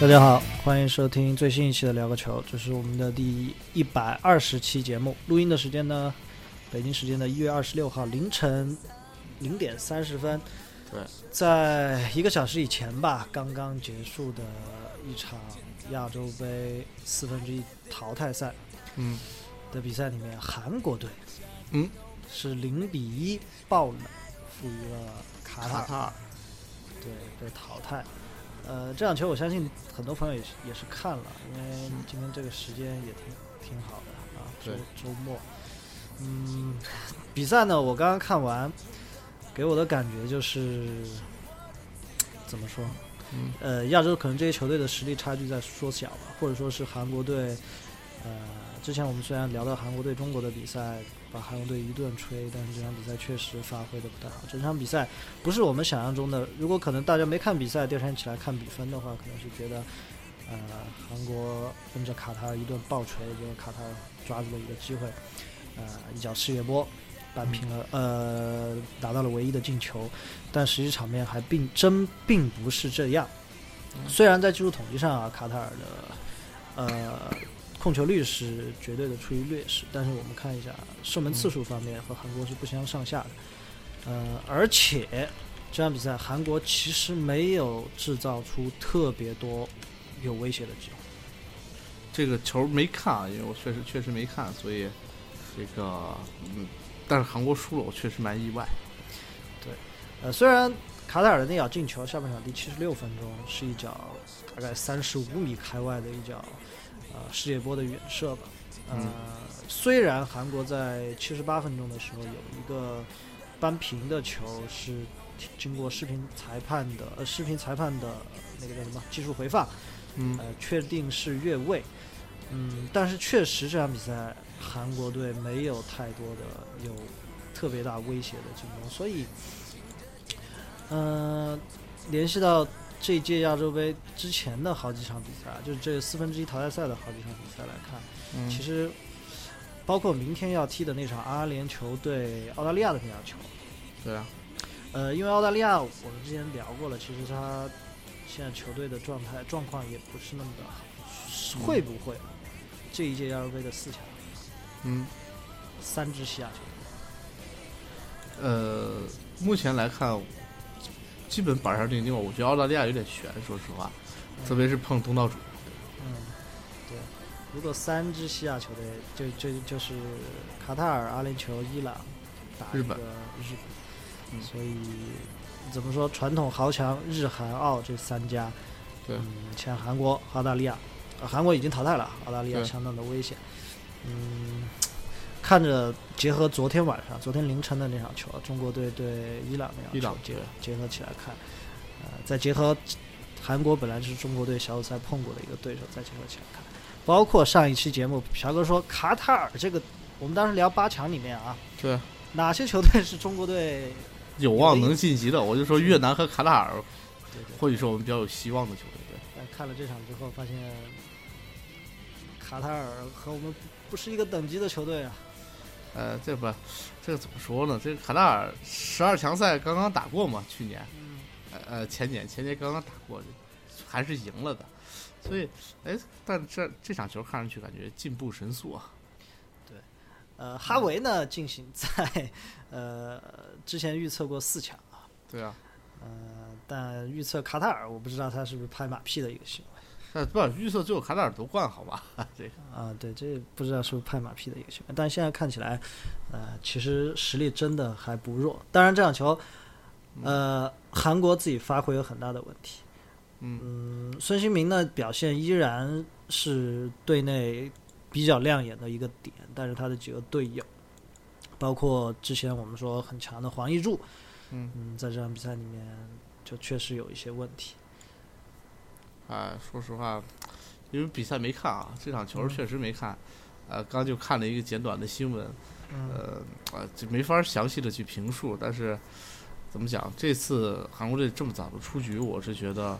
大家好，欢迎收听最新一期的聊个球，这是我们的第一百二十期节目。录音的时间呢，北京时间的一月二十六号凌晨零点三十分。对，在一个小时以前吧，刚刚结束的一场亚洲杯四分之一淘汰赛嗯，的比赛里面，韩国队，嗯，是零比一爆冷负于了卡塔卡尔。塔尔，对，被淘汰。呃，这场球我相信很多朋友也是也是看了，因为今天这个时间也挺挺好的啊，周对周末。嗯，比赛呢，我刚刚看完，给我的感觉就是怎么说？嗯，呃，亚洲可能这些球队的实力差距在缩小吧，或者说是韩国队，呃，之前我们虽然聊到韩国对中国的比赛，把韩国队一顿吹，但是这场比赛确实发挥的不太好。整场比赛不是我们想象中的，如果可能大家没看比赛，第二天起来看比分的话，可能是觉得，呃，韩国跟着卡塔尔一顿暴锤，结果卡塔尔抓住了一个机会，呃，一脚世界波。扳平了，呃，打到了唯一的进球，但实际场面还并真并不是这样。嗯虽然在技术统计上啊，卡塔尔的呃控球率是绝对的处于劣势，但是我们看一下射门次数方面和韩国是不相上下的。呃，而且这场比赛韩国其实没有制造出特别多有威胁的机会。这个球没看啊，因为我确实确实没看，所以这个嗯，但是韩国输了，我确实蛮意外。呃，虽然卡塔尔的那脚进球，下半场第七十六分钟是一脚大概三十五米开外的一脚呃世界波的远射吧。呃，嗯虽然韩国在七十八分钟的时候有一个扳平的球是经经过视频裁判的呃视频裁判的那个叫什么技术回放，嗯呃，确定是越位。嗯，但是确实这场比赛韩国队没有太多的有特别大威胁的进攻，所以，呃，联系到这届亚洲杯之前的好几场比赛，啊就是这四分之一淘汰赛的好几场比赛来看，嗯，其实包括明天要踢的那场阿联酋对澳大利亚的那场球，对啊，呃，因为澳大利亚我们之前聊过了，其实他现在球队的状态状况也不是那么的好，会不会这一届亚洲杯的四强嗯三支西亚球队？嗯呃，目前来看，基本板上钉钉吧。我觉得澳大利亚有点悬，说实话，嗯特别是碰东道主。嗯，对，如果三支西亚球队，就就就是卡塔尔、阿联酋、伊朗打一日个本日本，嗯所以怎么说传统豪强日韩澳这三家，对嗯，像韩国、澳大利亚，呃韩国已经淘汰了，澳大利亚对相当的危险，嗯。看着，结合昨天晚上、昨天凌晨的那场球，中国队对伊朗那伊场朗球结对结合起来看，呃，再结合韩国本来是中国队小组赛碰过的一个对手，再结合起来看，包括上一期节目，朴哥说卡塔尔这个，我们当时聊八强里面啊，对，哪些球队是中国队？有望能晋级的，我就说越南和卡塔尔对对，或许是我们比较有希望的球队。但看了这场之后发现，卡塔尔和我们不不是一个等级的球队啊。对，呃，这不，这个怎么说呢？这个卡塔尔十二强赛刚刚打过嘛，去年。嗯，呃呃前年前年刚刚打过，还是赢了的，所以哎，但这这场球看上去感觉进步神速啊，呃，哈维呢进行在呃之前预测过四强啊，对啊，呃，但预测卡塔尔，我不知道他是不是拍马屁的一个行为。但不预测最后卡塔尔夺冠好吧？这个啊，对，这不知道是不是拍马屁的一个行为，但现在看起来，呃，其实实力真的还不弱。当然，这场球，呃，韩国自己发挥有很大的问题。嗯嗯，孙兴民呢表现依然是队内比较亮眼的一个点，但是他的几个队友，包括之前我们说很强的黄奕柱，嗯嗯，在这场比赛里面就确实有一些问题。啊、说实话，因为比赛没看啊，这场球确实没看，呃，刚就看了一个简短的新闻，嗯呃啊，就没法详细的去评述，但是怎么讲，这次韩国队这么早的出局，我是觉得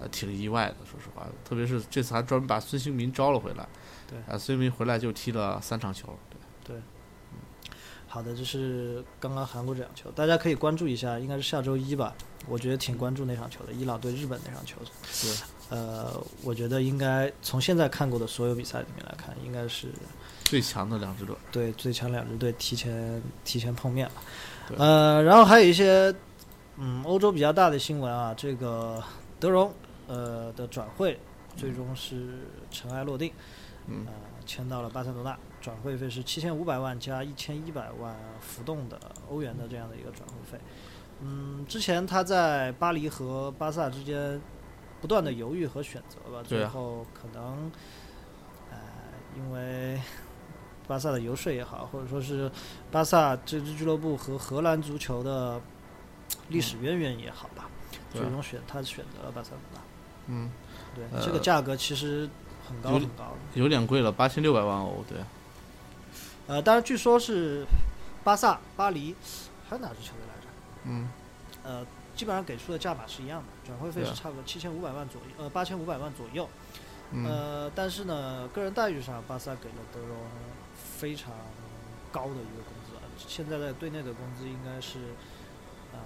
呃挺意外的，说实话，特别是这次还专门把孙兴民招了回来，对啊、孙兴民回来就踢了三场球，对，好的，这是刚刚韩国这场球，大家可以关注一下，应该是下周一吧。我觉得挺关注那场球的，伊朗对日本那场球。是呃，我觉得应该从现在看过的所有比赛里面来看，应该是最强的两支队。对最强两支队提前提前碰面了对。呃，然后还有一些嗯欧洲比较大的新闻啊，这个德容呃的转会最终是尘埃落定，嗯呃，签到了巴塞罗那，转会费是七千五百万加一千一百万浮动的欧元的这样的一个转会费。嗯，之前他在巴黎和巴萨之间不断的犹豫和选择吧，对最啊后可能，呃，因为 巴萨的游说也好，或者说是巴萨这支俱乐部和荷兰足球的历史渊源也好吧，对啊最终选他选择了巴塞罗那。嗯，对，呃这个价格其实很高有很高了。有点贵了，八千六百万欧，对，呃，当然据说是巴萨、巴黎，还有哪支球队来着？嗯，呃，基本上给出的价码是一样的，转会费对是啊差不多七千五百万左右，呃，八千五百万左右。嗯，呃，但是呢，个人待遇上，巴萨给了德容非常高的一个工资啊，现在在队内的工资应该是，呃，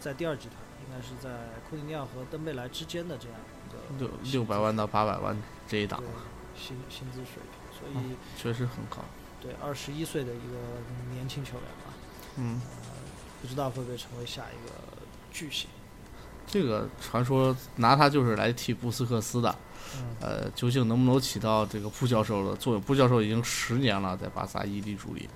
在第二集团，应该是在库蒂尼奥和登贝莱之间的这样一个六六百万到八百万这一档对薪薪资水平，所以嗯确实很高。对二十一岁的一个年轻球员吧，嗯，不知道会不会成为下一个巨星。这个传说拿他就是来替布斯克斯的，嗯，呃，究竟能不能起到这个布教授的作用？布教授已经十年了，在巴萨一力主力，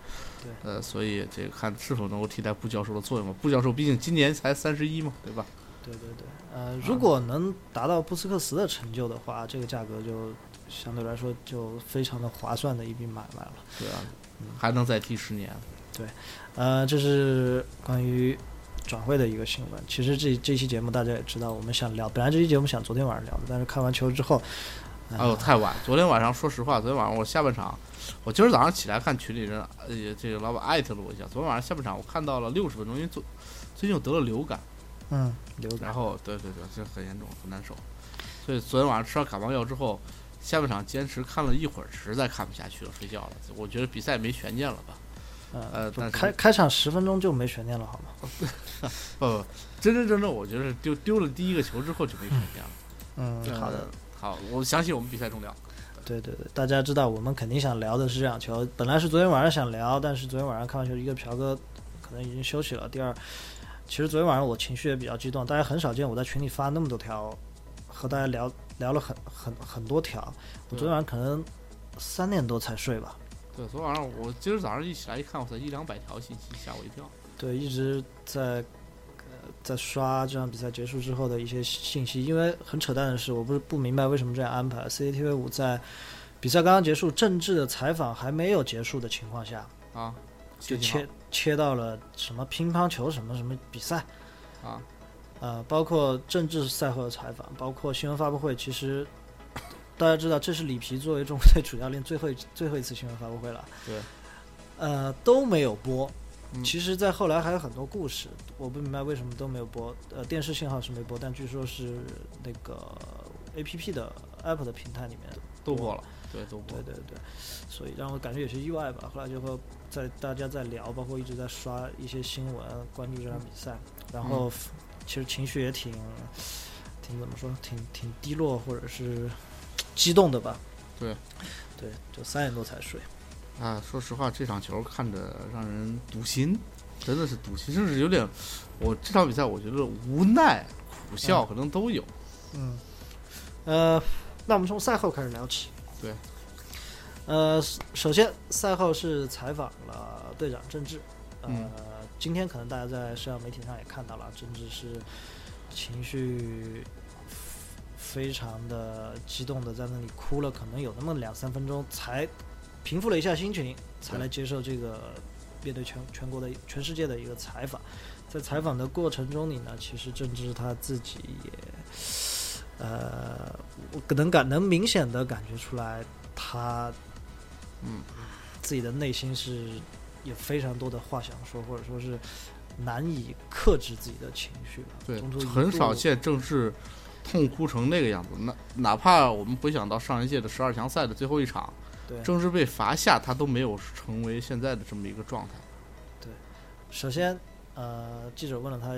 对呃，所以这个看是否能够替代布教授的作用吧。布教授毕竟今年才三十一嘛，对吧？对对对，呃，如果能达到布斯克茨的成就的话，这个价格就相对来说就非常的划算的一笔买卖了。对啊，还能再踢十年。呃，这是关于转会的一个新闻。其实这这期节目大家也知道，我们想聊，本来这期节目想昨天晚上聊的，但是看完球之后，呃、哎呦，太晚！昨天晚上，说实话，昨天晚上我下半场，我今儿早上起来看群里人，呃，这个老板艾特了我一下。昨天晚上下半场我看到了六十分钟，因为最最近我得了流感，嗯，流感然后对对对，这很严重，很难受。所以昨天晚上吃了感冒药之后，下半场坚持看了一会儿，实在看不下去了，睡觉了。我觉得比赛没悬念了吧？呃呃，就但是开开场十分钟就没悬念了，好吗？不不，真真正正，我觉得是丢丢了第一个球之后就没悬念了。嗯，好的呃。，好，我相信我们比赛重要。对对对，大家知道我们肯定想聊的是这场球，本来是昨天晚上想聊，但是昨天晚上看完球，一个朴哥可能已经休息了。第二，其实昨天晚上我情绪也比较激动，大家很少见我在群里发那么多条，和大家聊聊了很很很多条。我昨天晚上可能三点多才睡吧，对，昨天晚上我今儿早上一起来一看，我才一两百条信息，吓我一跳。对，一直在。呃在刷这场比赛结束之后的一些信息，因为很扯淡的是，我不是不明白为什么这样安排。CCTV 五在比赛刚刚结束，政治的采访还没有结束的情况下，啊，就谢谢切切到了什么乒乓球什么什么比赛，啊，呃，包括政治赛后的采访，包括新闻发布会。其实 大家知道，这是里皮作为中国队主教练最后一最后一次新闻发布会了。对，呃，都没有播。嗯其实，在后来还有很多故事，我不明白为什么都没有播。呃，电视信号是没播，但据说是那个 A P P 的 App 的平台里面都过了，对，都过对了，对对，所以让我感觉有些意外吧。后来就和在大家在聊，包括一直在刷一些新闻，关注这场比赛，然后 f- 其实情绪也挺挺怎么说，挺挺低落或者是激动的吧。对，对，就三点多才睡。啊，说实话，这场球看着让人堵心，真的是堵心，甚至有点，我这场比赛我觉得无奈、苦笑可能都有。嗯，呃，那我们从赛后开始聊起。对，呃，首先赛后是采访了队长郑智，呃，嗯今天可能大家在社交媒体上也看到了，郑智是情绪非常的激动的在那里哭了，可能有那么两三分钟才平复了一下心情，才对来接受这个面对全全国的全世界的一个采访。在采访的过程中里呢，其实郑智他自己也，呃，我可能感能明显的感觉出来，他嗯自己的内心是有非常多的话想说，或者说是难以克制自己的情绪吧。对中途一，度很少见正式痛哭成那个样子。那哪怕我们回想到上一届的十二强赛的最后一场，对正式被罚下，他都没有成为现在的这么一个状态。首先，呃，记者问了他，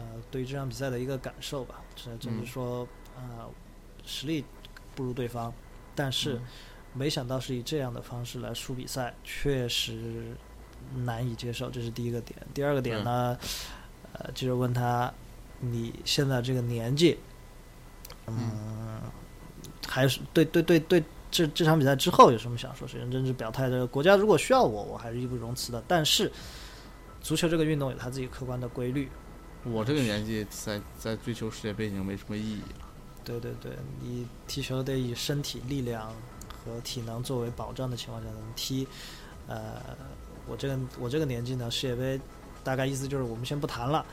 呃，对于这场比赛的一个感受吧。这郑智嗯说，呃，实力不如对方，但是没想到是以这样的方式来输比赛，确实难以接受。这是第一个点。第二个点呢，呃，就是问他你现在这个年纪，嗯，还是对对对对。这这场比赛之后有什么想说？水原真是表态的，国家如果需要我，我还是义不容辞的。但是，足球这个运动有它自己客观的规律，嗯我这个年纪在在追求世界杯已经没什么意义了。对对对，你踢球得以身体力量和体能作为保障的情况下能踢。呃，我这个我这个年纪呢，世界杯大概意思就是我们先不谈了，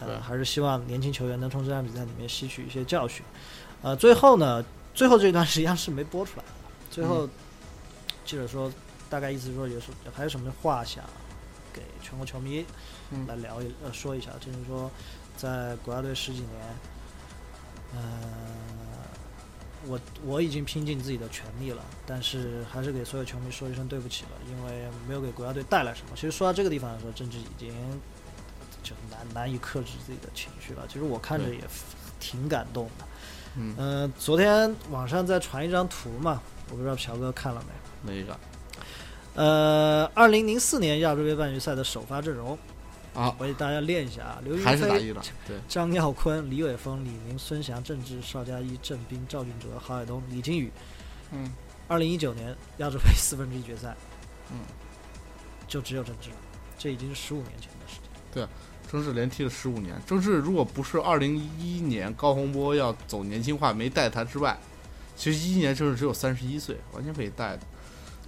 对呃，还是希望年轻球员能从这场比赛里面吸取一些教训。呃，最后呢，最后这一段实际上是没播出来的。最嗯后，记者说，大概意思说，有什还有什么话想给全国球迷嗯来聊一、呃说一下，就是说，在国家队十几年，呃，我我已经拼尽自己的全力了，但是还是给所有球迷说一声对不起了，因为没有给国家队带来什么。其实说到这个地方的时候，郑智已经就难难以克制自己的情绪了。其实我看着对也挺感动的。嗯，嗯、昨天网上在传一张图嘛，我不知道朴哥看了没？哪一个呃，二零零四年亚洲杯半决赛的首发阵容，啊？我给大家练一下啊。刘云还是打飞、伊朗？对，张耀坤、李玮峰、李宁、孙祥、郑智、邵佳一、郑斌、赵俊哲、郝海东、李金羽。嗯，二零一九年亚洲杯四分之一决赛，嗯，就只有郑智了，这已经是十五年前的事情。郑智连踢了十五年。郑智如果不是二零一一年高洪波要走年轻化没带他之外，其实一一年郑智只有三十一岁，完全可以带的。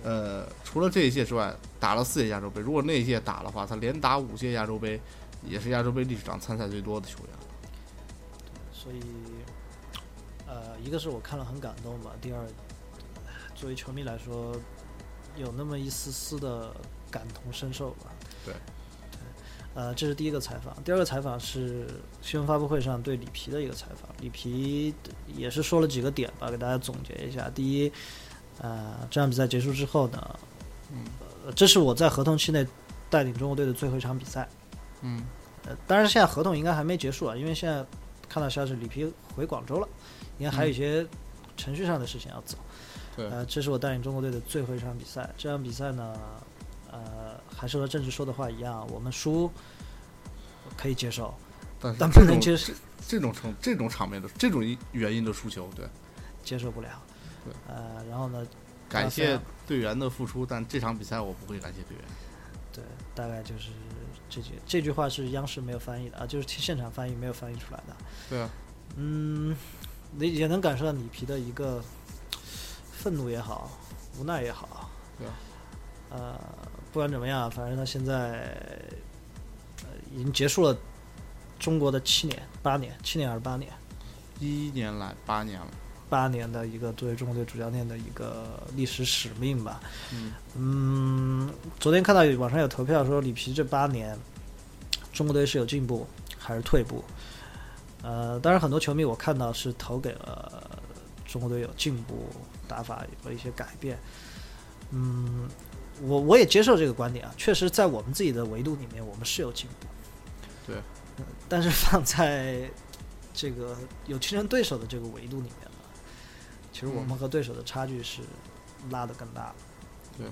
呃，除了这一届之外，打了四届亚洲杯。如果那一届打的话，他连打五届亚洲杯，也是亚洲杯历史上参赛最多的球员。所以，呃，一个是我看了很感动吧，第二，作为球迷来说，有那么一丝丝的感同身受吧。对对，呃，这是第一个采访，第二个采访是新闻发布会上对里皮的一个采访，里皮也是说了几个点吧，给大家总结一下。第一，呃，这场比赛结束之后呢，嗯呃，这是我在合同期内带领中国队的最后一场比赛。嗯，呃，当然现在合同应该还没结束啊，因为现在看到消息，里皮回广州了，应该还有一些程序上的事情要走。嗯对，呃，这是我带领中国队的最后一场比赛，这场比赛呢，呃，还是和郑智说的话一样，我们输可以接受，但是但这不能种接受这种成这种场面的这种原因的输球，对，接受不了对。呃，然后呢，感谢啊队员的付出，但这场比赛我不会感谢队员。对，大概就是这句这句话是央视没有翻译的啊，就是现场翻译没有翻译出来的。对啊，嗯，你也能感受到里皮的一个愤怒也好，无奈也好。对啊呃，不管怎么样，反正他现在、呃、已经结束了中国的七年、八年、七年还是八年、一一年来八年了，八年的一个作为中国队主教练的一个历史使命吧。嗯，嗯，昨天看到有网上有投票说里皮这八年，中国队是有进步还是退步？呃，当然很多球迷我看到是投给了中国队有进步，打法有一些改变。嗯，我我也接受这个观点啊，确实在我们自己的维度里面，我们是有进步。对呃，但是放在这个有竞争对手的这个维度里面呢，其实我们和对手的差距是拉得更大的。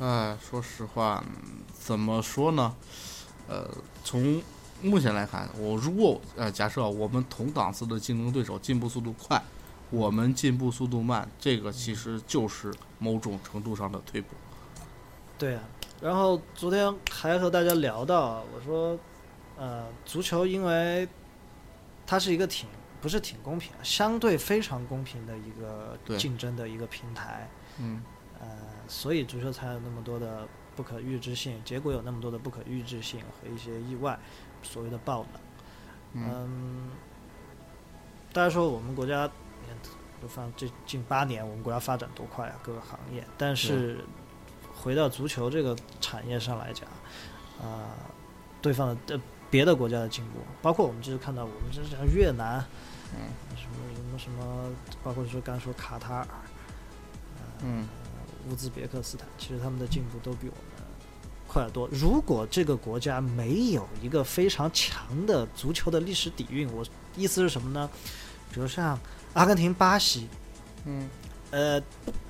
哎，说实话，嗯怎么说呢？呃，从目前来看，我如果呃假设啊我们同档次的竞争对手进步速度快，我们进步速度慢，这个其实就是某种程度上的退步。对啊，然后昨天还和大家聊到，我说，呃，足球因为它是一个挺不是挺公平，啊相对非常公平的一个对竞争的一个平台，嗯，呃，所以足球才有那么多的不可预知性，结果有那么多的不可预知性和一些意外，所谓的爆冷。嗯嗯，大家说我们国家，你看就放这近八年，我们国家发展多快啊，各个行业。但是回到足球这个产业上来讲，啊、对方的呃别的国家的进步，包括我们这次看到，我们这像越南，嗯什么什么什么，包括说刚才说卡塔尔，啊嗯，乌兹别克斯坦，其实他们的进步都比我们快得多。如果这个国家没有一个非常强的足球的历史底蕴，我意思是什么呢？比如像阿根廷、巴西，嗯呃，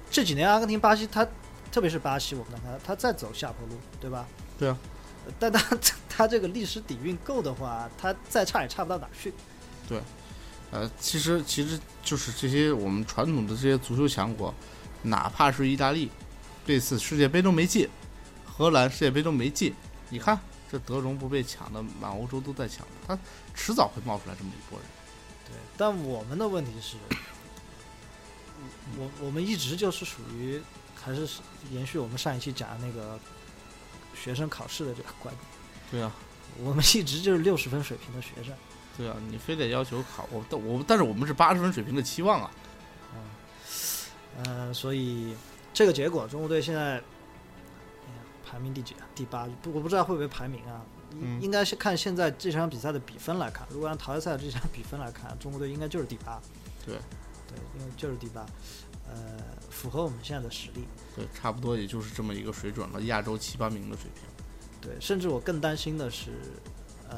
这几年阿根廷、巴西，它特别是巴西，我们看它它在走下坡路，对吧？对啊呃。但它 它这个历史底蕴够的话，它再差也差不到哪去。呃，其实其实就是这些我们传统的这些足球强国，哪怕是意大利，这次世界杯都没进，荷兰世界杯都没进，你看这德容不被抢的，满欧洲都在抢，他迟早会冒出来这么一波人。对，但我们的问题是，我我们一直就是属于还是延续我们上一期讲的那个学生考试的这个观点，对啊，我们一直就是六十分水平的学生，对啊，你非得要求考我，但我但是我们是八十分水平的期望啊。嗯、呃，所以这个结果，中国队现在、哎呀排名第几啊？第八，不我不知道会不会排名啊。应嗯应该是看现在这场比赛的比分来看，如果按淘汰赛这场比分来看，中国队应该就是第八。对，对，因为就是第八，呃，符合我们现在的实力。对，差不多也就是这么一个水准了，亚洲七八名的水平。对，甚至我更担心的是，呃，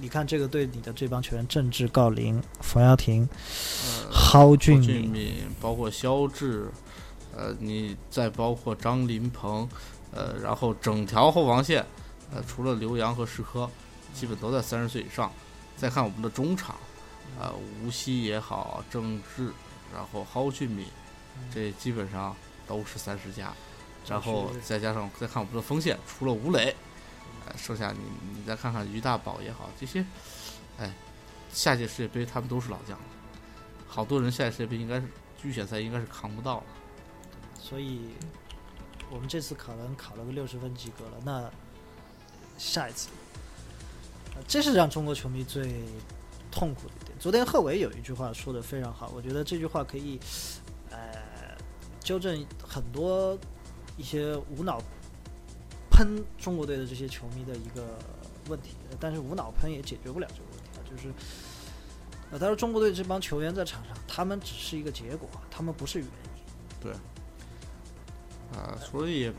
你看这个对你的这帮球员，郑智、郜林、冯潇霆、呃，蒿俊郝俊闵，敏，包括肖智，呃，你再包括张琳芃，呃，然后整条后防线，呃，除了刘洋和石科，基本都在三十岁以上。再看我们的中场，呃，吴曦也好，郑智，然后蒿俊闵，这基本上都是三十加，然后就是再加上再看我们的锋线，除了吴磊，呃，剩下你你再看看于大宝也好，这些，哎，下届世界杯他们都是老将了，好多人下届世界杯应该是预选赛应该是扛不到了。所以我们这次可能考了个六十分及格了。那下一次，呃这是让中国球迷最痛苦的一点。昨天贺炜有一句话说的非常好，我觉得这句话可以呃纠正很多一些无脑喷中国队的这些球迷的一个问题，呃但是无脑喷也解决不了这个问题啊，就是。呃，他说中国队这帮球员在场上，他们只是一个结果，他们不是原因。啊，所以，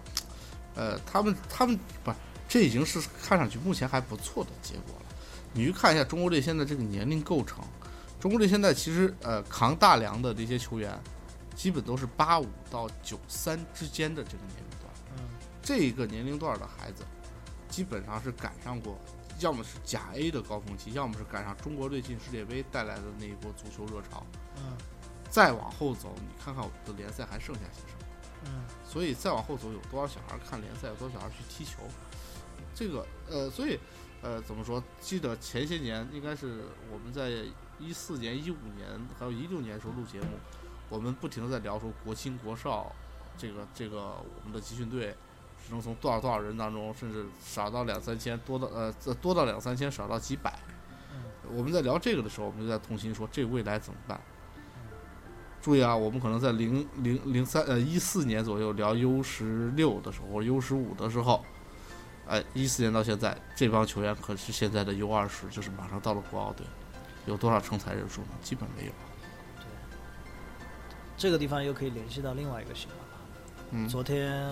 呃，他们他们不是，这已经是看上去目前还不错的结果了。你去看一下中国队现在这个年龄构成，中国队现在其实呃扛大梁的这些球员，基本都是八五到九三之间的这个年龄段。嗯，这个年龄段的孩子，基本上是赶上过，要么是甲 A 的高峰期，要么是赶上中国队进世界杯带来的那一波足球热潮。嗯再往后走，你看看我们的联赛还剩下些什么。嗯所以再往后走，有多少小孩看联赛，有多少小孩去踢球？这个呃，所以呃，怎么说？记得前些年应该是我们在一四年、一五年还有一六年时候录节目，我们不停的在聊说国青国少这个这个我们的集训队。只能从多少多少人当中，甚至少到两三千，多到呃多到两三千，少到几百。嗯我们在聊这个的时候，我们就在痛心说，这未来怎么办？注意啊，我们可能在零零零三呃一四年左右聊 U 十六的时候，或者 U 十五的时候，哎、呃，一四年到现在，这帮球员可是现在的 U 二十，就是马上到了国奥队，有多少成才人数呢？基本没有。这个地方又可以联系到另外一个新闻了。嗯昨天，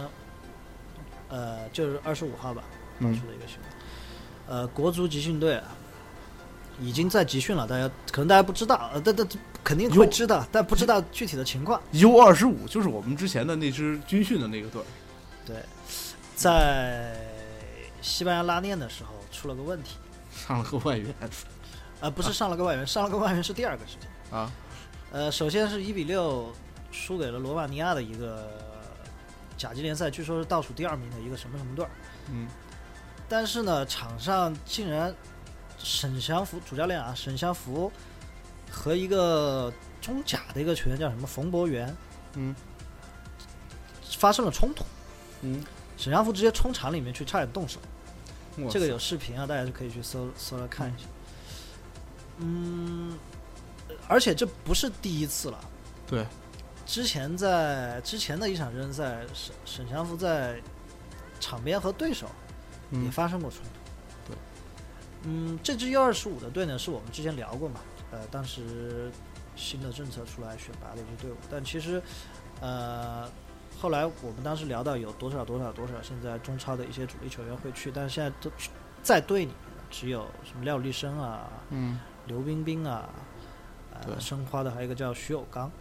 呃，就是二十五号吧，爆嗯出了一个新闻，呃，国足集训队啊，已经在集训了，大家可能大家不知道，呃，但但肯定会哟知道，但不知道具体的情况。 ，U 二十五就是我们之前的那支军训的那个队，对，在西班牙拉练的时候出了个问题，上了个外援呃，不是上了个外援，上了个外援是第二个事情。啊，呃，首先是一比六输给了罗马尼亚的一个甲级联赛，据说是倒数第二名的一个什么什么队儿。嗯但是呢，场上竟然沈祥福主教练啊，沈祥福和一个中甲的一个球员叫什么冯博源嗯发生了冲突，嗯，沈祥福直接冲场里面去，差点动手。我这个有视频啊，大家就可以去搜搜来看一下。嗯，而且这不是第一次了。对，之前在之前的一场热身赛，沈沈祥福在场边和对手也嗯发生过冲突。对，嗯，这支 U 二十五的队呢，是我们之前聊过嘛，呃，当时新的政策出来选拔的一支队伍，但其实，呃，后来我们当时聊到有多少多少多少，现在中超的一些主力球员会去，但是现在都在队里面的只有什么廖立生啊、嗯刘彬彬啊、呃，对申花的还有一个叫徐有刚，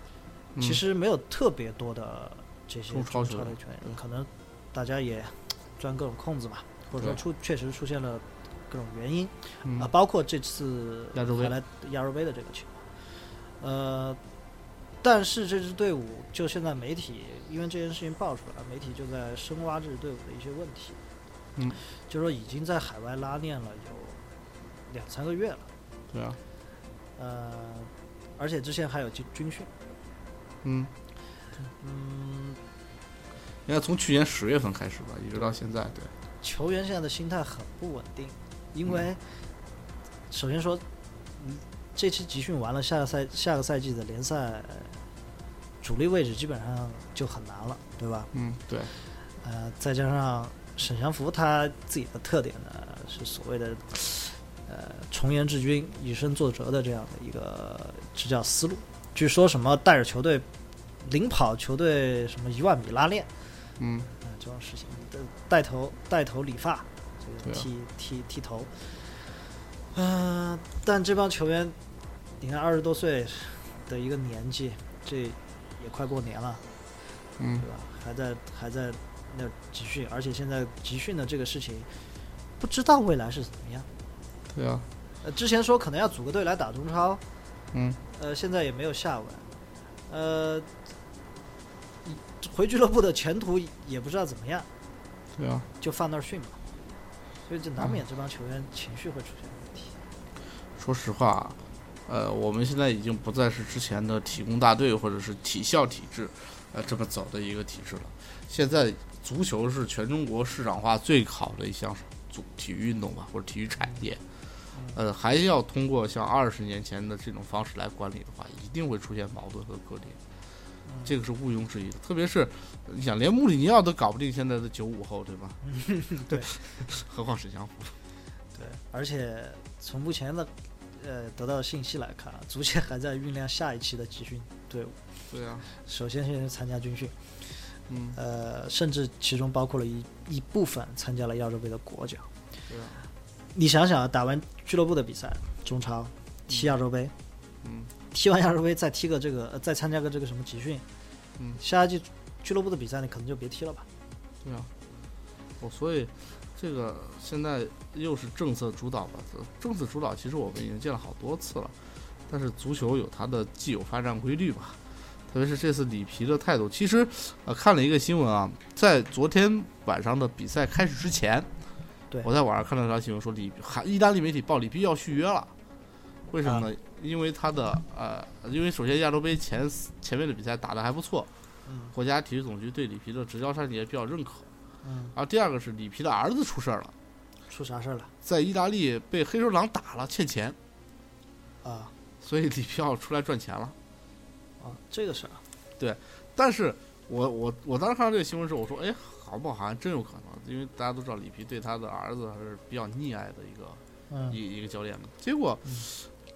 嗯其实没有特别多的这些中中超嗯超球员的球员，可能大家也钻各种空子嘛，或者说对出确实出现了各种原因嗯啊，包括这次亚洲杯还来亚洲杯的这个情况，呃。但是这支队伍就现在媒体，因为这件事情爆出来，媒体就在深挖这支队伍的一些问题。嗯，就说已经在海外拉练了有两三个月了，对啊，呃，而且之前还有军军训。嗯，嗯，应该从去年十月份开始吧，一直到现在，对，球员现在的心态很不稳定，因为首先说，嗯，这期集训完了，下个赛下个赛季的联赛主力位置基本上就很难了，对吧？嗯，对，呃，再加上沈祥福他自己的特点呢，是所谓的呃从严治军、以身作则的这样的一个执教思路。据说什么带着球队领跑球队什么一万米拉练嗯，啊、这种事情，呃带头带头理发，这对个啊剃剃剃头。嗯、但这帮球员，你看二十多岁的一个年纪，这也快过年了，嗯对，吧？还在还在那儿集训，而且现在集训的这个事情，不知道未来是怎么样。对啊，呃，之前说可能要组个队来打中超，嗯，呃，现在也没有下文。呃，回俱乐部的前途也不知道怎么样，对啊，就放那儿训嘛，所以就难免这帮球员情绪会出现问题。说实话，呃，我们现在已经不再是之前的体工大队或者是体校体制，呃，这么走的一个体制了。现在足球是全中国市场化最好的一项足体育运动吧，或者体育产业。呃，还要通过像二十年前的这种方式来管理的话，一定会出现矛盾和割裂，嗯这个是毋庸置疑的。特别是呃你想，连穆里尼奥都搞不定现在的九五 后，对吧？对，何况沈祥福？对，而且从目前的呃得到的信息来看啊， 足协还在酝酿下一期的集训队伍，对啊，首先先是参加军训。嗯，呃，甚至其中包括了一一部分参加了亚洲杯的国脚。对啊，你想想啊，打完俱乐部的比赛，中超踢亚洲杯，嗯，踢完亚洲杯再踢个这个，呃再参加个这个什么集训，嗯下一季俱乐部的比赛你可能就别踢了吧。对啊，哦，所以这个现在又是政策主导吧？呃政策主导其实我们已经见了好多次了，但是足球有它的既有发展规律吧，特别是这次里皮的态度。其实，呃，看了一个新闻啊，在昨天晚上的比赛开始之前，对我在网上看到一条新闻说里还意大利媒体报里皮要续约了，为什么呢？因为他的呃，因为首先亚洲杯前四前面的比赛打得还不错，嗯国家体育总局对里皮的执教战绩也比较认可。嗯，然后第二个是里皮的儿子出事儿了，出啥事儿了在意大利被黑手党打了，欠钱，啊所以里皮要出来赚钱了。啊？这个事儿啊，但是我我我当时看到这个新闻的时候，我说，哎，好不好？好像真有可能，因为大家都知道里皮对他的儿子还是比较溺爱的一个嗯，一一个教练嘛。结果嗯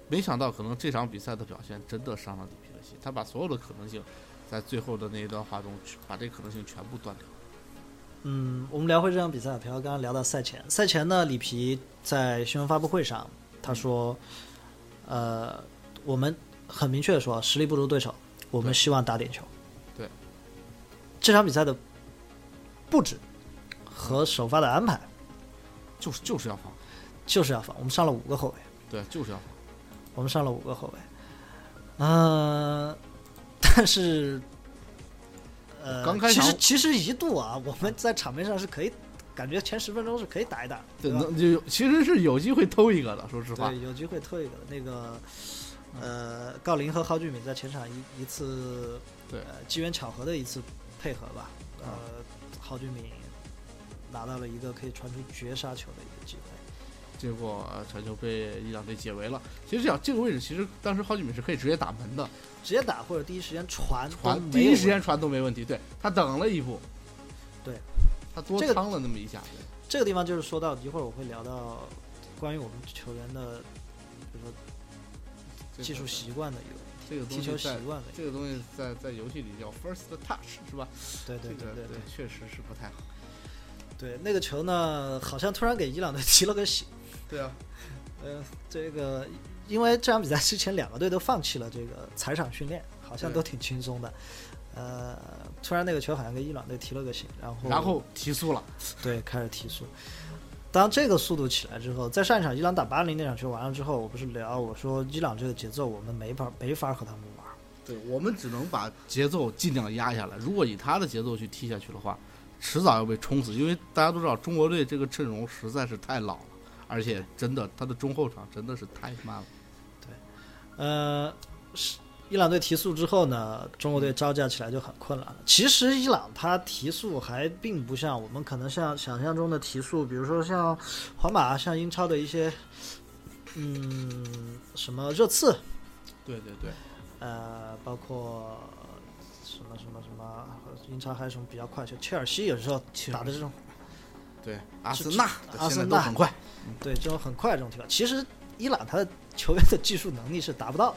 没想到，可能这场比赛的表现真的伤了里皮的心，他把所有的可能性在最后的那一段话中，去把这可能性全部断掉。嗯，我们聊回这场比赛，朴刚刚聊到赛前，赛前呢，里皮在新闻发布会上他说，呃，我们很明确的说，实力不如对手，我们对希望打点球。对，这场比赛的布置和首发的安排就是就是要防，就是要防，我们上了五个后卫，对，就是要防。我们上了五个后卫，嗯、 但是，呃，刚开其场实其实一度啊，我们在场面上是可以，感觉前十分钟是可以打一打的，对，吧能就其实是有机会偷一个的，说实话。对，有机会退一个那个，嗯呃，郜林和蒿俊闵在前场一一次，对嗯呃，机缘巧合的一次配合吧，呃，蒿俊闵拿到了一个可以传出绝杀球的一个机会，结果呃传球被伊朗队解围了。其实这样这个位置，其实当时蒿俊闵是可以直接打门的，直接打或者第一时间传都传没第一有时间问题传都没问题。对他等了一步，对，他多这个趟了那么一下。这个地方就是说到一会儿我会聊到关于我们球员的，比如说对技术习惯的一个问这个题，东踢球西习在惯的一个，这个东西在在游戏里叫 first touch 是吧？对对这对个对对确实是不太好。对，那个 球呢，好像突然给伊朗队提了个醒。对啊，呃，这个因为这场比赛之前两个队都放弃了这个踩场训练，好像对都挺轻松的。呃，突然那个球好像跟伊朗队提了个醒，然后然后提速了，对，开始提速。当这个速度起来之后，在上一场伊朗打巴林那场球完了之后，我不是聊我说伊朗这个节奏我们没法没法和他们玩儿。对我们只能把节奏尽量压下来。如果以他的节奏去踢下去的话，迟早要被冲死。因为大家都知道中国队这个阵容实在是太老了，而且真的他的中后场真的是太慢了。呃，是伊朗队提速之后呢，中国队招架起来就很困难了。其实伊朗他提速还并不像我们可能像想象中的提速，比如说像皇马、像英超的一些，嗯，什么热刺，对对对，呃，包括什么什么什么，呃英超还有什么比较快球，切尔西有时候打的这种对阿这森纳这现在阿森都纳很快，对这种很快这种踢法，其实伊朗他的球员的技术能力是达不到的。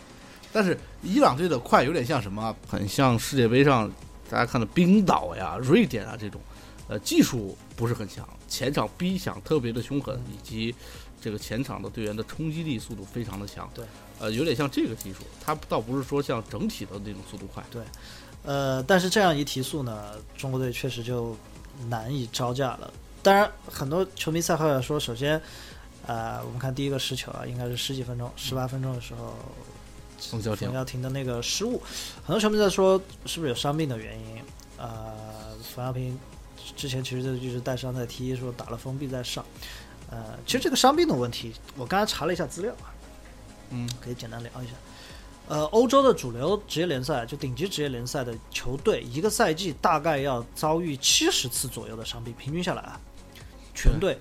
但是伊朗队的快有点像什么啊？很像世界杯上大家看的冰岛呀、瑞典啊这种，呃，技术不是很强，前场逼抢特别的凶狠，以及这个前场的队员的冲击力速度非常的强。对，呃，有点像这个技术，它倒不是说像整体的那种速度快。呃，但是这样一提速呢，中国队确实就难以招架了。当然，很多球迷赛后也说，首先，呃，我们看第一个失球啊，应该是十几分钟、十八分钟的时候，冯潇霆冯，潇霆的那个失误，很多球迷在说是不是有伤病的原因？呃，冯潇霆之前其实就一直带伤在踢，说打了封闭在上。呃，其实这个伤病的问题，我刚才查了一下资料啊，嗯，可以简单聊一下。呃，欧洲的主流职业联赛，就顶级职业联赛的球队，一个赛季大概要遭遇七十次左右的伤病，平均下来啊，全队，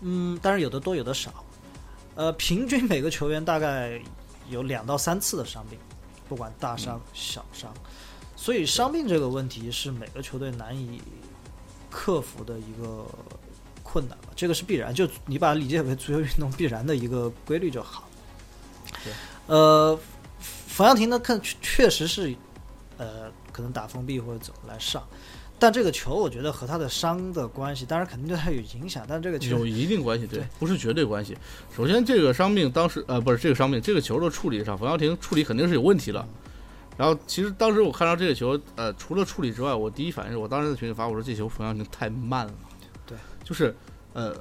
嗯，但是有的多，有的少。呃，平均每个球员大概有两到三次的伤病，不管大嗯伤小伤，所以伤病这个问题是每个球队难以克服的一个困难吧，这个是必然，就你把它理解为足球运动必然的一个规律就好。对，呃，冯潇霆呢，看确确实是，呃，可能打封闭或者怎么来上，但这个球我觉得和他的伤的关系，当然肯定对他有影响，但这个球有一定关系，对对，不是绝对关系。首先，这个伤病当时呃不是这个伤病，这个球的处理上，冯潇霆处理肯定是有问题的。然后，其实当时我看到这个球，呃，除了处理之外，我第一反应是我当时在群里发，我说这球冯潇霆太慢了。对，就是呃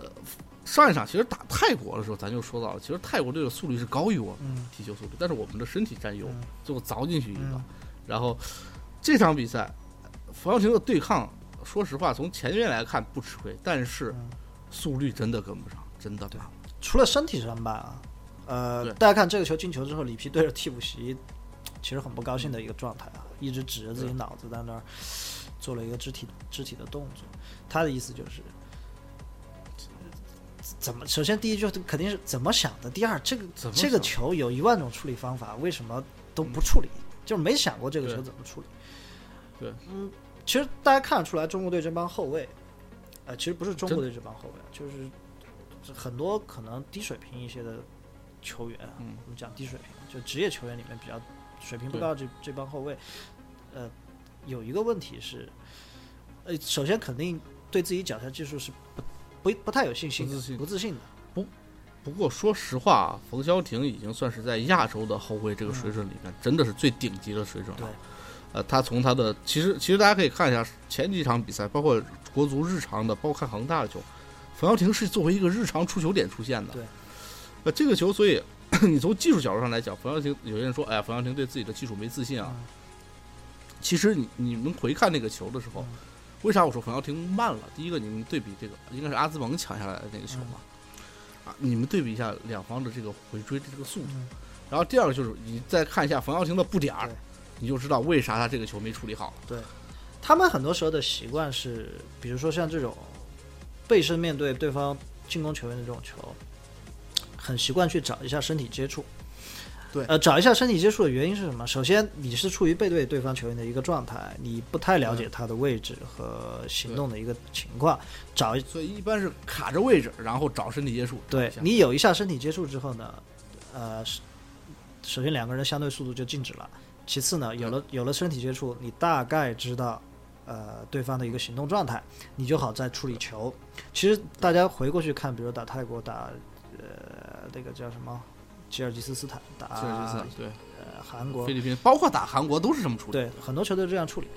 上一场其实打泰国的时候，咱就说到了，其实泰国队的速率是高于我们嗯踢球速率，但是我们的身体占优，嗯最后凿进去一个。嗯然后这场比赛，冯潇霆的对抗，说实话，从前面来看不吃亏，但是嗯速率真的跟不上，真的慢。除了身体上吧，啊，呃对，大家看这个球进球之后，里皮对着替补席其实很不高兴的一个状态啊，一直指着自己脑子在那儿做了一个肢体肢体的动作。他的意思就是，怎么？首先第一就是肯定是怎么想的，第二这个怎么这个想球有一万种处理方法，为什么都不处理？就是没想过这个球嗯对怎么处理。对，嗯，其实大家看得出来，中国队这帮后卫，呃，其实不是中国真队这帮后卫啊，就是这很多可能低水平一些的球员啊，嗯我们讲低水平，就职业球员里面比较水平不高的这这帮后卫，呃，有一个问题是，呃，首先肯定对自己脚下技术是不不不太有信心的，不自信不自信的，不过说实话啊，冯潇霆已经算是在亚洲的后卫这个水准里面，真的是最顶级的水准嗯对了。呃，他从他的其实其实大家可以看一下前几场比赛，包括国足日常的，包括看恒大的球，冯潇霆是作为一个日常出球点出现的。对，呃，这个球，所以 你从技术角度上来讲，冯潇霆有些人说，哎呀，冯潇霆对自己的技术没自信啊。嗯其实你你们回看那个球的时候，嗯为啥我说冯潇霆慢了？第一个，你们对比这个应该是阿兹蒙抢下来的那个球嘛，啊，你们对比一下两方的这个回追的这个速度。嗯然后第二个就是你再看一下冯潇霆的布点儿对，你就知道为啥他这个球没处理好。他们很多时候的习惯是，比如说像这种背身面对对方进攻球员的这种球，很习惯去找一下身体接触。对呃，找一下身体接触的原因是什么？首先，你是处于背对对方球员的一个状态，你不太了解他的位置和行动的一个情况，找一所以一般是卡着位置，然后找身体接触。对这样你有一下身体接触之后呢，呃，是首先两个人的相对速度就静止了。其次嗯呢，有了有了身体接触，你大概知道呃对方的一个行动状态，你就好再处理球。其实大家回过去看，比如打泰国、打呃那个叫什么吉尔吉斯斯坦打吉尔吉斯对呃韩国菲，律宾，包括打韩国都是这么处理。对很多球队这样处理。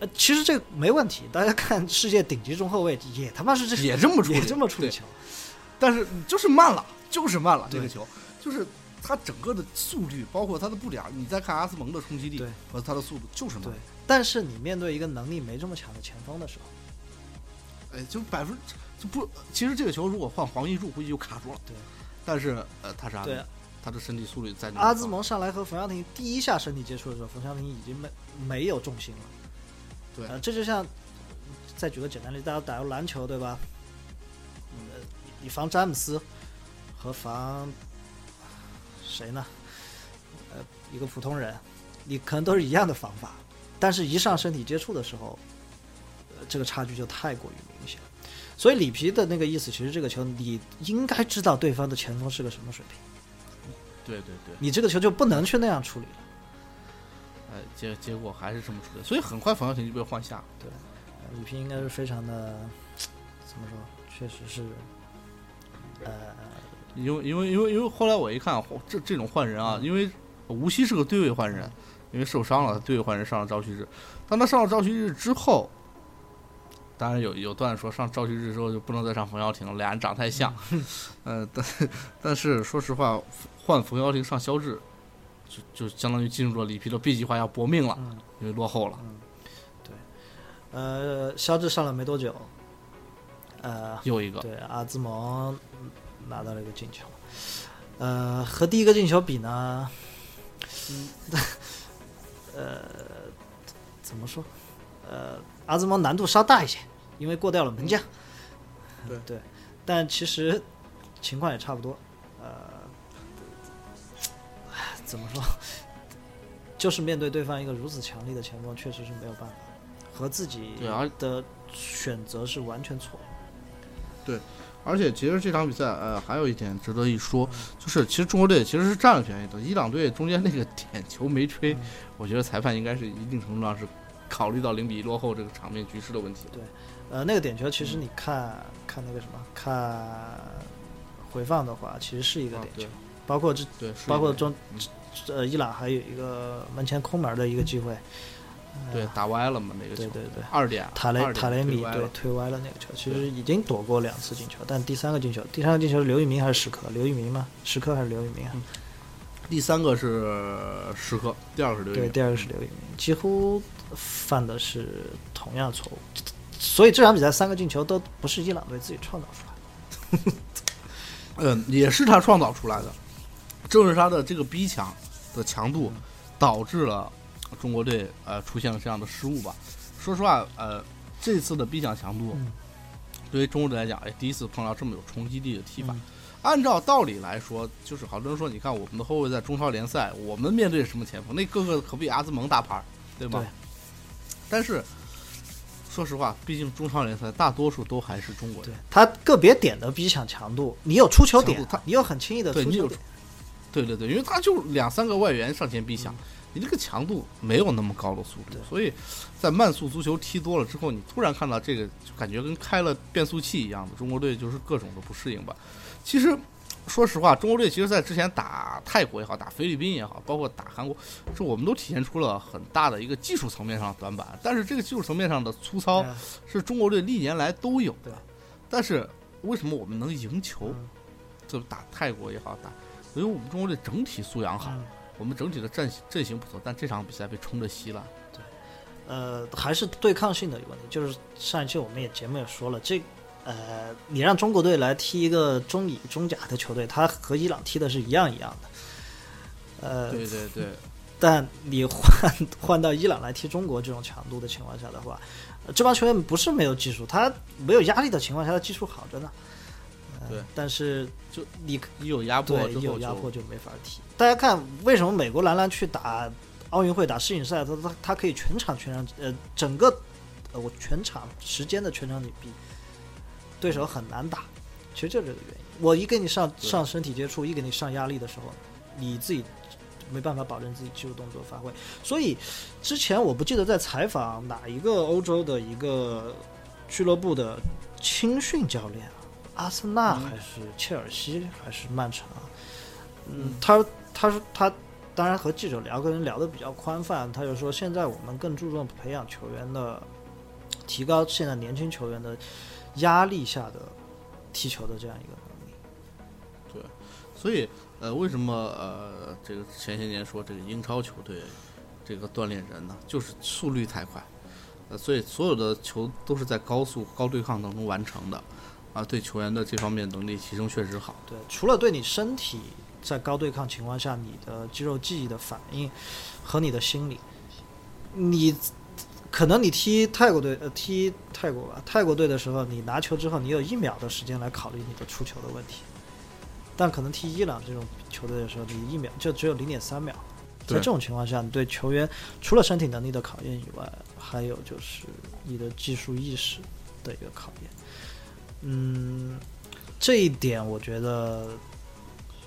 呃，其实这个没问题，大家看世界顶级中后卫也他妈是这也这么处理也这么处理对球，但是就是慢了，就是慢了。这对个球就是他整个的速率，包括他的步点儿，你再看阿斯蒙的冲击力对和他的速度，就是慢对。。但是你面对一个能力没这么强的前锋的时候，哎，就百分就不，其实这个球如果换黄一柱，估计就卡住了。对，但是呃，他是阿兹对蒙，他的身体速率在那个阿兹地方，蒙上来和冯潇霆第一下身体接触的时候，冯潇霆已经没没有重心了。对呃，这就像再举个简单例，子，大家打过篮球对吧？呃，你防詹姆斯和防谁呢？呃，一个普通人，你可能都是一样的防法，但是一上身体接触的时候，呃，这个差距就太过于明显。所以里皮的那个意思，其实这个球你应该知道对方的前锋是个什么水平。对对对，你这个球就不能去那样处理了。哎，结结果还是这么处理，所以很快冯潇霆就被换下了。呃李平应该是非常的，怎么说？确实是，呃，因为因为因为因为后来我一看，嚯这这种换人嗯啊，因为无锡是个对位换人，因为受伤了，对位换人上了赵旭日。当他上了赵旭日之后，当然有有段说上赵旭日之后就不能再上冯潇霆了，俩人长太像。嗯 呃，但但是说实话，换冯潇霆上肖智，就就相当于进入了里皮的 B 计划要搏命了，嗯因为落后了，嗯，对，呃，肖智上了没多久，呃，又一个。对，阿兹蒙拿到了一个进球，呃，和第一个进球比呢， 呃，怎么说？呃，阿兹蒙难度稍大一些，因为过掉了门将。对 对，但其实情况也差不多。呃，唉怎么说？ 就是面对对方一个如此强力的前锋，确实是没有办法，和自己对而的选择是完全错误。而且其实这场比赛，呃，还有一点值得一说，就是其实中国队其实是占了便宜的。伊朗队中间那个点球没吹，嗯我觉得裁判应该是一定程度上是考虑到零比一落后这个场面局势的问题了。呃，那个点球其实你看、看那个什么，看回放的话，其实是一个啊点球，对包括这对，是包括一个中嗯呃伊朗还有一个门前空门的一个机会，嗯对打歪了嘛那个球，对对对，二点塔雷塔雷米对对推歪了那个球，其实已经躲过两次进球，但第三个进球，第三个进球是刘玉明还是石科？刘玉明吗？石科还是刘玉明啊？嗯第三个是石科，第二个是刘对，宇，第二个是刘玉明，几乎犯的是同样错误，所以这场比赛三个进球都不是伊朗队自己创造出来的。嗯，也是他创造出来的，正是他的这个逼抢的强度导致了中国队呃出现了这样的失误吧。说实话，呃，这次的逼抢强度。嗯对于中国队来讲，哎，第一次碰到这么有冲击力的踢法。嗯按照道理来说，就是好多人说，你看我们的后卫在中超联赛，我们面对什么前锋？那个个可比阿兹蒙大牌儿，对吧？对但是，说实话，毕竟中超联赛大多数都还是中国对人，他个别点的逼抢强度，你有出球点强度他，你有很轻易的对出你球有点，对对对，因为他就两三个外援上前逼抢，你这个强度没有那么高的速嗯度对，所以在慢速足球踢多了之后，你突然看到这个，就感觉跟开了变速器一样的，中国队就是各种的不适应吧。其实说实话，中国队其实在之前打泰国也好，打菲律宾也好，包括打韩国，这我们都体现出了很大的一个技术层面上的短板，但是这个技术层面上的粗糙嗯是中国队历年来都有对的，但是为什么我们能赢球？嗯就打泰国也好打，因为我们中国队整体素养好，嗯我们整体的阵型阵型不错，但这场比赛被冲得稀烂。呃，还是对抗性的一个问题。就是上一期我们也节目也说了，这呃，你让中国队来踢一个中乙、中甲的球队，他和伊朗踢的是一样一样的。呃，对对对，但你换换到伊朗来踢中国这种强度的情况下的话，呃这帮球员不是没有技术，他没有压力的情况下，他技术好着呢。呃对，但是就你一有压迫对，之一有后压迫就就没法踢。大家看，为什么美国男篮去打奥运会、打世锦赛，他他他可以全场全场呃整个呃我全场时间的全场紧逼，对手很难打，其实就是这个原因。我一给你上对上身体接触，一给你上压力的时候，你自己没办法保证自己技术动作发挥。所以之前我不记得在采访哪一个欧洲的一个俱乐部的青训教练啊，阿森纳嗯还是切尔西还是曼城啊，嗯，他他说他当然和记者聊，跟人聊的比较宽泛，他就说现在我们更注重培养球员的，提高现在年轻球员的压力下的踢球的这样一个能力。所以，呃，为什么呃，这个前些年说这个英超球队这个锻炼人呢，就是速率太快，呃，所以所有的球都是在高速高对抗当中完成的，啊，对球员的这方面能力提升确实好。对，除了对你身体在高对抗情况下你的肌肉记忆的反应和你的心理，你可能你踢泰国队呃踢泰国吧，泰国队的时候，你拿球之后，你有一秒的时间来考虑你的出球的问题，但可能踢伊朗这种球队的时候，你一秒就只有零点三秒。在对这种情况下，你对球员除了身体能力的考验以外，还有就是你的技术意识的一个考验。嗯，这一点我觉得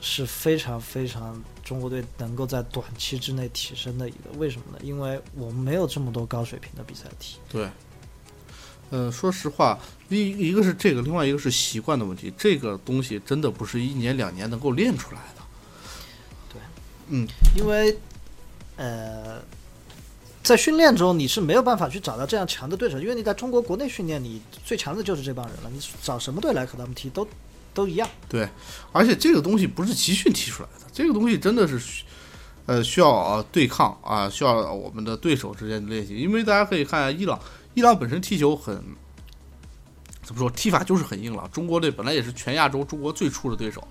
是非常非常中国队能够在短期之内提升的一个。为什么呢？因为我们没有这么多高水平的比赛踢。对，呃，说实话，一一个是这个，另外一个是习惯的问题，这个东西真的不是一年两年能够练出来的。对，嗯，因为呃，在训练中你是没有办法去找到这样强的对手，因为你在中国国内训练，你最强的就是这帮人了，你找什么队来和他们踢都都一样。对，而且这个东西不是集训踢出来的，这个东西真的是需，呃，需要啊对抗啊、需要我们的对手之间的练习。因为大家可以看伊朗，伊朗本身踢球很，怎么说，踢法就是很硬朗。中国队本来也是全亚洲中国最初的对手，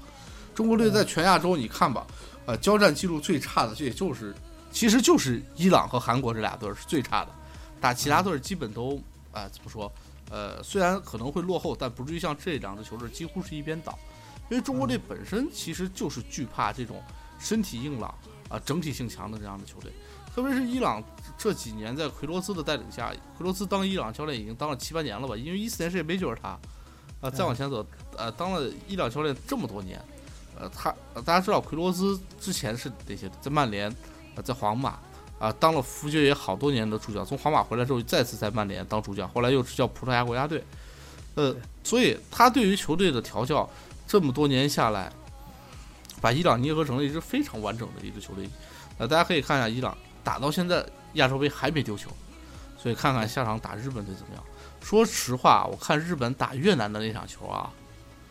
中国队在全亚洲你看吧，呃，交战记录最差的，这也就是其实就是伊朗和韩国这俩队儿是最差的，打其他队儿基本都啊、呃怎么说？呃，虽然可能会落后，但不至于像这两支球队几乎是一边倒。因为中国队本身其实就是惧怕这种身体硬朗啊、整体性强的这样的球队，特别是伊朗这几年在奎罗斯的带领下，奎罗斯当伊朗教练已经当了七八年了吧？因为一四年世界杯就是他，啊、再往前走，呃，当了伊朗教练这么多年，呃，他呃大家知道奎罗斯之前是哪些？在曼联，呃，在皇马。啊，当了福爵也好多年的主教，从皇马回来之后，再次在曼联当主教，后来又执教葡萄牙国家队，呃对，所以他对于球队的调教，这么多年下来，把伊朗捏合成了一支非常完整的一支球队。呃，大家可以看一下伊朗打到现在亚洲杯还没丢球，所以看看下场打日本队怎么样。说实话，我看日本打越南的那场球啊，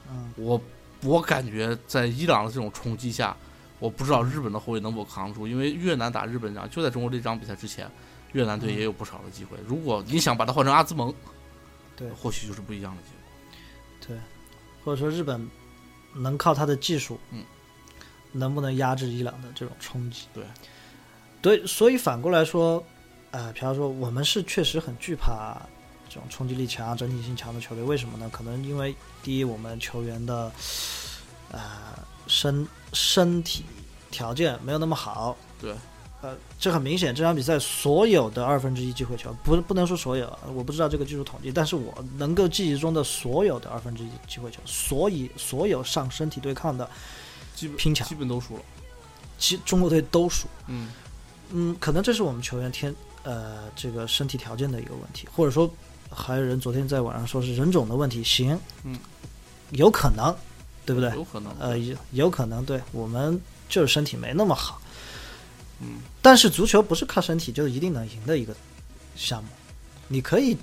嗯，我我感觉在伊朗的这种冲击下，我不知道日本的后卫能否扛住，因为越南打日本这场就在中国这场比赛之前，越南队也有不少的机会。如果你想把他换成阿兹蒙，对或许就是不一样的结果。对，或者说日本能靠他的技术，嗯，能不能压制伊朗的这种冲击？对，对，所以反过来说，呃，比方说我们是确实很惧怕这种冲击力强、整体性强的球队，为什么呢？可能因为第一，我们球员的呃身身体条件没有那么好，对，呃，这很明显，这场比赛所有的二分之一机会球，不不能说所有啊，我不知道这个技术统计，但是我能够记忆中的所有的二分之一机会球，所以所有上身体对抗的，基本拼抢基本都输了。其中国队都输。嗯，嗯，可能这是我们球员天呃这个身体条件的一个问题，或者说还有人昨天在网上说是人种的问题，行，嗯，有可能，对不对？有可能。呃，对有有可能，对我们就是身体没那么好。嗯，但是足球不是靠身体就一定能赢的一个项目，你可以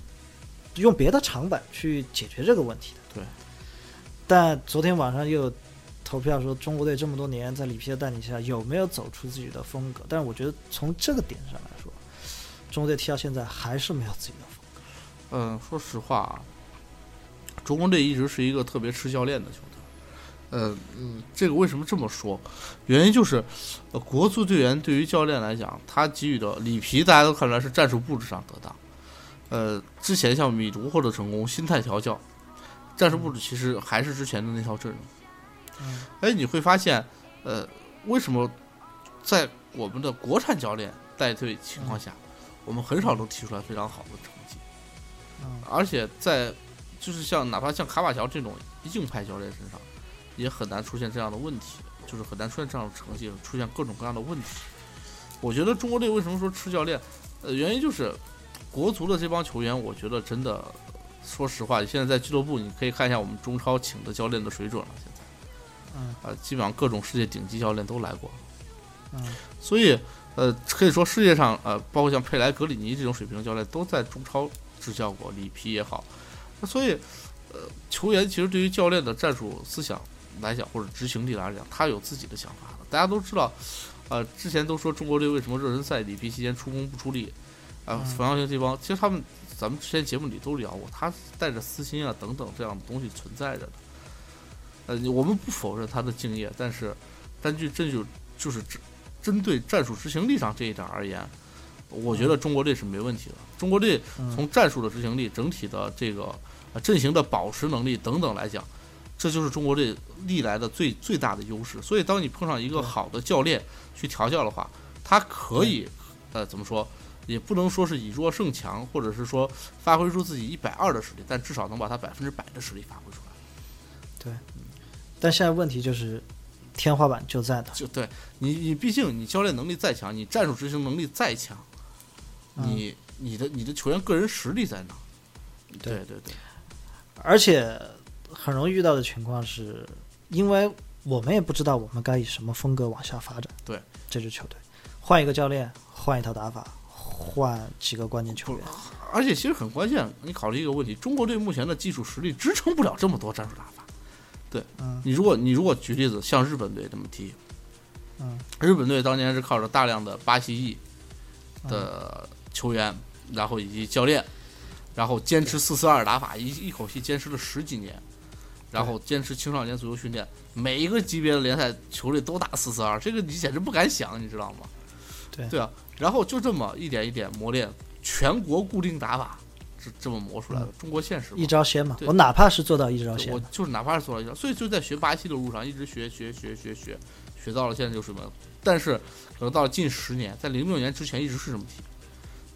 用别的长板去解决这个问题的。对。但昨天晚上又有投票说，中国队这么多年在里皮的带领下有没有走出自己的风格？但是我觉得从这个点上来说，中国队踢到现在还是没有自己的风格。嗯，说实话，啊，中国队一直是一个特别吃教练的球队。呃，嗯，这个为什么这么说？原因就是，呃，国足队员对于教练来讲，他给予的里皮大家都看出来是战术布置上得当。呃，之前像米卢获得成功，心态调教，战术布置其实还是之前的那套阵容。嗯，哎，你会发现，呃，为什么在我们的国产教练带队情况下，我们很少能踢出来非常好的成绩？嗯，而且在就是像哪怕像卡瓦乔这种硬派教练身上，也很难出现这样的问题，就是很难出现这样的成绩，出现各种各样的问题。我觉得中国队为什么说吃教练，呃，原因就是国足的这帮球员，我觉得真的，说实话，现在在俱乐部你可以看一下我们中超请的教练的水准了，现在嗯呃，基本上各种世界顶级教练都来过，嗯所以呃，可以说世界上呃，包括像佩莱、格里尼这种水平的教练都在中超执教过，里皮也好，那所以呃，球员其实对于教练的战术思想来讲，或者执行力来讲，他有自己的想法的。大家都知道，呃，之前都说中国队为什么热身赛里皮期间出工不出力，啊、呃，嗯冯耀庆这帮，其实他们咱们之前节目里都聊过，他带着私心啊等等这样的东西存在着的。呃，我们不否认他的敬业，但是单据证据就是针针对战术执行力上这一点而言，我觉得中国队是没问题的。中国队嗯从战术的执行力、整体的这个呃阵型的保持能力等等来讲，这就是中国队历来的最最大的优势。所以，当你碰上一个对好的教练去调教的话，他可以呃怎么说，也不能说是以弱胜强，或者是说发挥出自己一百二的实力，但至少能把他百分之百的实力发挥出来。但现在问题就是，天花板就在那儿。就对你，你毕竟你教练能力再强，你战术执行能力再强，嗯你你的你的球员个人实力在哪？对对对对，而且很容易遇到的情况是，因为我们也不知道我们该以什么风格往下发展。对这支球队，换一个教练，换一套打法，换几个关键球员。而且其实很关键，你考虑一个问题：中国队目前的技术实力支撑不了这么多战术打法。嗯你如果你如果举例子，像日本队这么踢，嗯日本队当年是靠着大量的巴西裔嗯的球员，然后以及教练，然后坚持四四二打法，一一口气坚持了十几年，然后坚持青少年足球训练，每一个级别的联赛球队都打四四二，这个你简直不敢想，你知道吗？对对啊，然后就这么一点一点磨练，全国固定打法，这这么磨出嗯来的，中国现实吗一招鲜嘛，对我哪怕是做到一招对鲜我嘛，就是哪怕是做到一条，所以就在学巴西的路上一直学学学学学，学到了现在就是什么，但是可能到了近十年，在零六年之前一直是这么踢，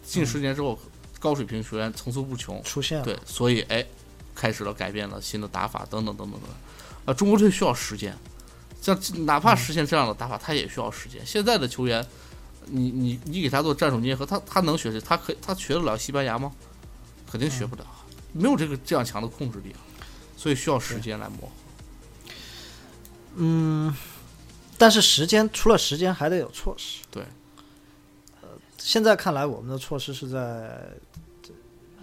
近嗯十年之后、高水平球员层出不穷，出现了。对，所以哎，开始了改变了新的打法等等等等等等，啊，中国队需要时间，像哪嗯怕实现这样的打法，他也需要时间。现在的球员，你你你给他做战术捏合，他他能学习，他可以他学得了西班牙吗？肯定学不了，嗯没有这个这样强的控制力啊，所以需要时间来磨合。嗯，但是时间除了时间还得有措施。对呃，现在看来我们的措施是在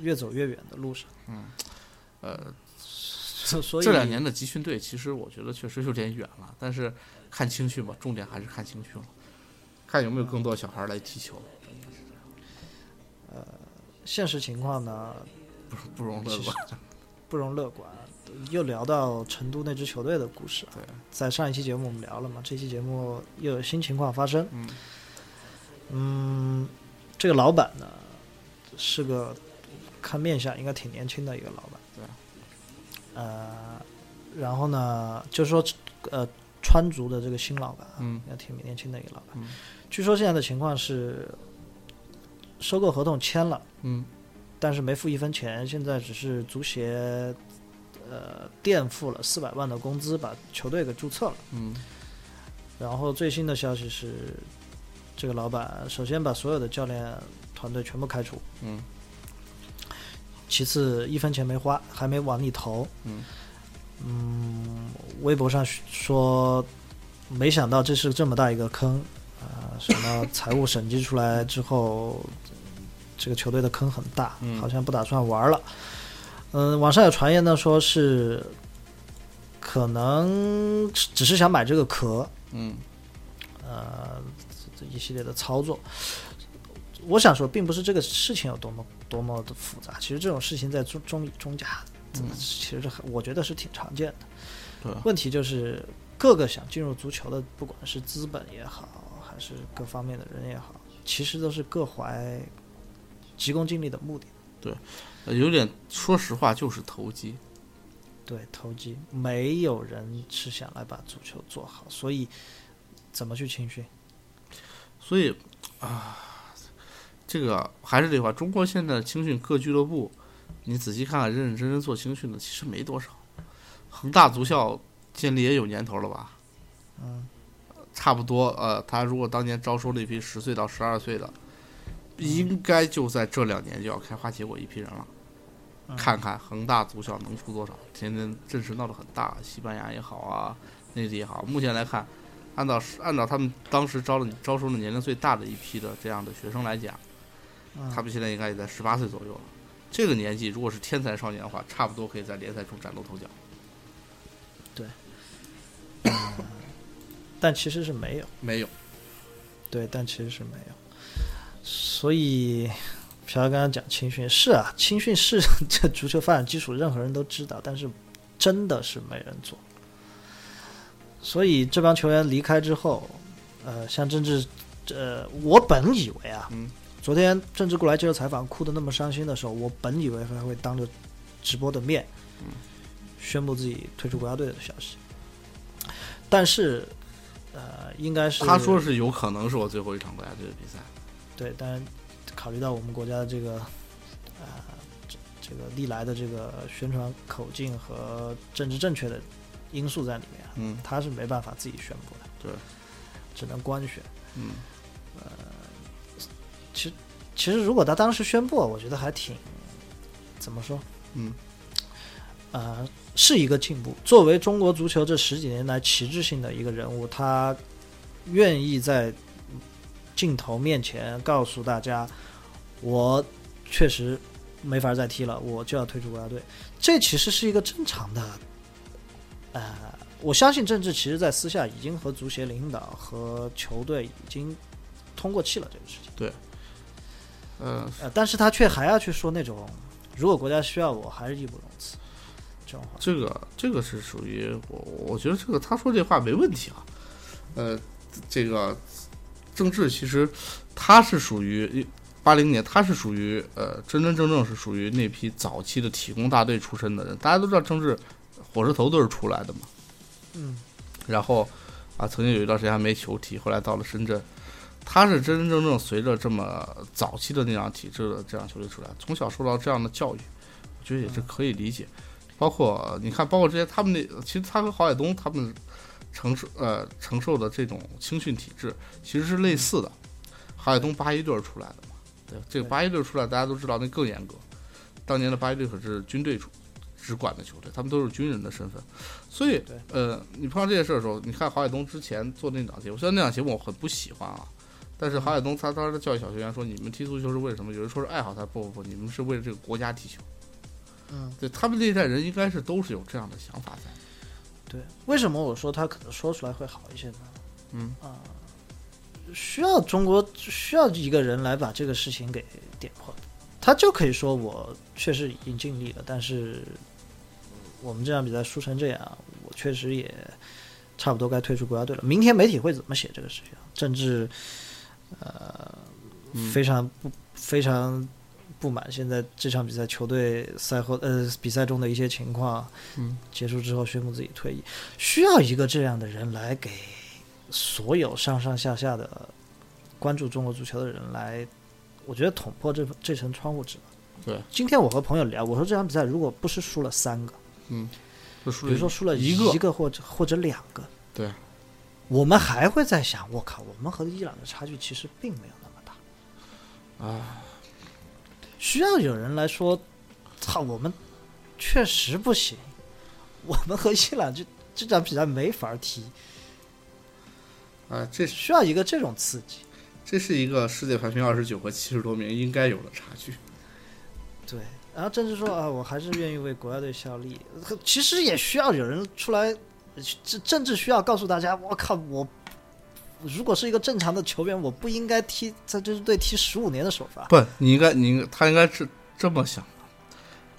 越走越远的路上，呃，所以这两年的集训队，其实我觉得确实有点远了，但是看青训吧，重点还是看青训了，看有没有更多小孩来踢球，现实情况呢不不容乐其观。不容乐观。又聊到成都那支球队的故事啊，对，在上一期节目我们聊了嘛，这期节目又有新情况发生。嗯嗯，这个老板呢是个看面相应该挺年轻的一个老板。对。啊呃，然后呢，就说呃川足的这个新老板啊，嗯也挺年轻的一个老板。嗯据说现在的情况是，收购合同签了，嗯。但是没付一分钱，现在只是足协呃垫付了四百万的工资，把球队给注册了。嗯然后最新的消息是，这个老板首先把所有的教练团队全部开除，嗯其次一分钱没花，还没往里投。嗯嗯微博上说，没想到这是这么大一个坑啊、什么财务审计出来之后，这个球队的坑很大，嗯好像不打算玩了。嗯，网上有传言呢，说是可能只是想买这个壳，嗯呃，这一系列的操作。我想说，并不是这个事情有多么多么的复杂，其实这种事情在中中中甲，这嗯其实很我觉得是挺常见的。对啊问题就是各个想进入足球的，不管是资本也好，还是各方面的人也好，其实都是各怀急功近利的目的。呃有点，说实话就是投机。对，投机，没有人是想来把足球做好，所以怎么去青训？所以啊，这个还是这句话，中国现在青训各俱乐部，你仔细看看，认认真真做青训的其实没多少。恒大足校建立也有年头了吧？嗯，差不多。呃，他如果当年招收了一批十岁到十二岁的，应该就在这两年就要开花结果一批人了。嗯看看恒大足校能出多少？天天阵势闹得很大，西班牙也好啊，内地也好，目前来看，按照按照他们当时招了招收的年龄最大的一批的这样的学生来讲，嗯他们现在应该也在十八岁左右了。这个年纪如果是天才少年的话，差不多可以在联赛中崭露头角。但其实是没有，没有，对，但其实是没有。所以，朴刚刚讲青训是啊，青训是 这足球发展基础，任何人都知道，但是真的是没人做。所以这帮球员离开之后，呃，像郑智，呃，我本以为啊，嗯昨天郑智过来接受采访，哭得那么伤心的时候，我本以为他会当着直播的面，嗯宣布自己退出国家队的消息，但是，呃，应该是他说是有可能是我最后一场国家队的比赛。对，但是考虑到我们国家的这个呃这这个历来的这个宣传口径和政治正确的因素在里面，啊嗯他是没办法自己宣布的，对，只能官宣。嗯，其实如果他当时宣布，我觉得还挺怎么说？嗯，呃，是一个进步。作为中国足球这十几年来旗帜性的一个人物，他愿意在镜头面前告诉大家，我确实没法再踢了，我就要退出国家队。这其实是一个正常的，呃，我相信郑智其实在私下已经和足协领导和球队已经通过气了这个事情。呃，呃，但是他却还要去说那种，如果国家需要我，还是义不容辞这种话。这个这个是属于我，我觉得这个他说这话没问题啊。呃，这个郑智其实他是属于八零年，他是属于呃真真正正是属于那批早期的体工大队出身的人。大家都知道郑智火车头队儿出来的嘛，嗯，然后啊，曾经有一段时间还没球踢，后来到了深圳，他是真真正正随着这么早期的那样体制的这样球队出来，从小受到这样的教育，我觉得也是可以理解。包括你看，包括之前他们那，其实他和郝海东他们承受呃承受的这种青训体制其实是类似的。郝海东八一队儿出来的嘛，对吧，这个对八一队儿出来，大家都知道那更严格。当年的八一队可是军队出直管的球队，他们都是军人的身份，所以对呃，你碰到这些事儿的时候，你看郝海东之前做那档节目，虽然那档节目我很不喜欢啊，但是郝海东他当时教育小学员说，你们踢足球是为什么？有人说是爱好，他说不不不，你们是为了这个国家踢球。嗯，对他们这一代人应该是都是有这样的想法在。对。为什么我说他可能说出来会好一些呢？嗯啊、需要中国需要一个人来把这个事情给点破，他就可以说我确实已经尽力了，但是我们这场比赛输成这样，我确实也差不多该退出国家队了。明天媒体会怎么写这个事情？啊政治，呃，嗯非常不 非常不满现在这场比赛球队赛后呃比赛中的一些情况。嗯，结束之后宣布自己退役，需要一个这样的人来给所有上上下下的关注中国足球的人来，我觉得捅破这这层窗户纸。对，今天我和朋友聊，我说这场比赛如果不是输了三个，嗯，就比输了如说输了一个个一或者或者两个，对，我们还会在想，我靠，我们和伊朗的差距其实并没有那么大。啊，需要有人来说，操，我们确实不行，我们和伊朗这这场比赛没法踢，哎，这是需要一个这种刺激。这是一个世界排名二十九和七十多名应该有的差距。对，然后郑智说啊，我还是愿意为国家队效力。呃其实也需要有人出来，这政治需要告诉大家，我靠，我如果是一个正常的球员，我不应该踢在这支队踢十五年的首发。不，你应该，你应该他应该是这么想的。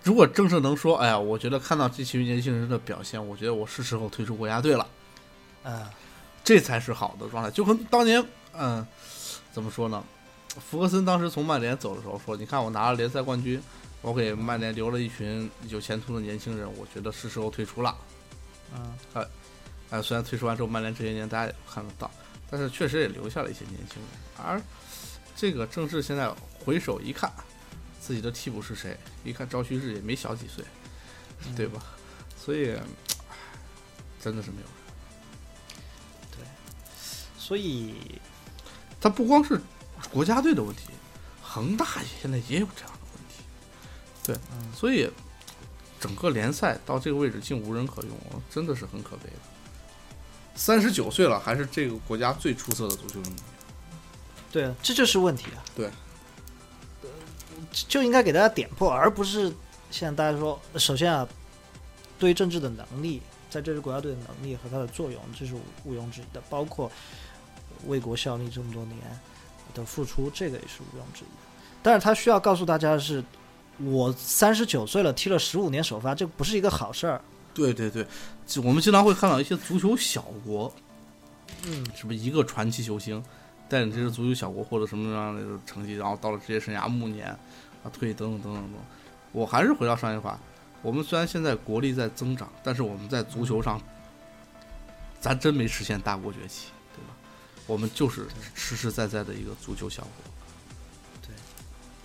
如果正是能说，哎呀，我觉得看到这群年轻人的表现，我觉得我是时候退出国家队了，啊，这才是好的状态。就跟当年，嗯、怎么说呢？福格森当时从曼联走的时候说：“你看，我拿了联赛冠军，我给曼联留了一群有前途的年轻人，我觉得是时候退出了。”嗯，呃，虽然退出完之后，曼联这些年大家也看得到，但是确实也留下了一些年轻人。而这个郑智现在回首一看，自己的替补是谁？一看赵旭日也没小几岁，嗯对吧？所以，唉真的是没有人。所以他不光是国家队的问题，恒大也现在也有这样的问题。对，嗯所以整个联赛到这个位置竟无人可用，真的是很可悲的。三十九岁了，还是这个国家最出色的足球运动员。对啊，这就是问题啊。对呃，就就应该给大家点破，而不是现在大家说，首先啊，对于政治的能力，在这支国家队的能力和它的作用，这是毋庸置疑的。包括为国效力这么多年的付出，这个也是毋庸置疑的。但是他需要告诉大家的是，我三十九岁了，踢了十五年首发，这不是一个好事儿。对对对，就我们经常会看到一些足球小国，嗯，什么一个传奇球星带领这支足球小国获得什么样的成绩，然后到了职业生涯暮年啊退役等等等等等等。我还是回到商业化，我们虽然现在国力在增长，但是我们在足球上，咱真没实现大国崛起，对吧？我们就是实实在在的一个足球小国。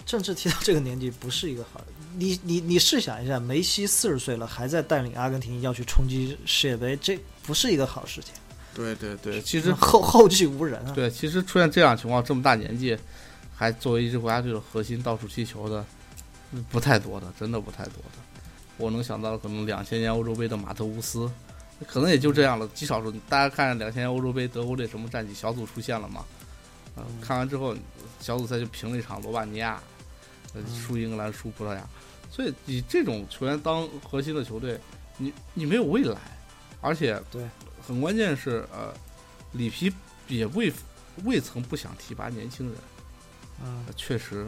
政治踢到这个年纪不是一个好 人。你你你试想一下，梅西四十岁了，还在带领阿根廷要去冲击世界杯，这不是一个好事情。对对对，其实 后后继无人啊。对，其实出现这样的情况，这么大年纪还作为一支国家队的核心到处踢球的，嗯不太多的，真的不太多的。我能想到的可能两千年欧洲杯的马特乌斯，可能也就这样了，极少数。大家看两千年欧洲杯德国队什么战绩，小组出现了嘛？呃嗯看完之后，小组赛就平了一场罗马尼亚，呃嗯输英格兰，输葡萄牙。所以以这种球员当核心的球队，你你没有未来，而且对，很关键是呃，里皮也未未曾不想提拔年轻人，嗯呃确实，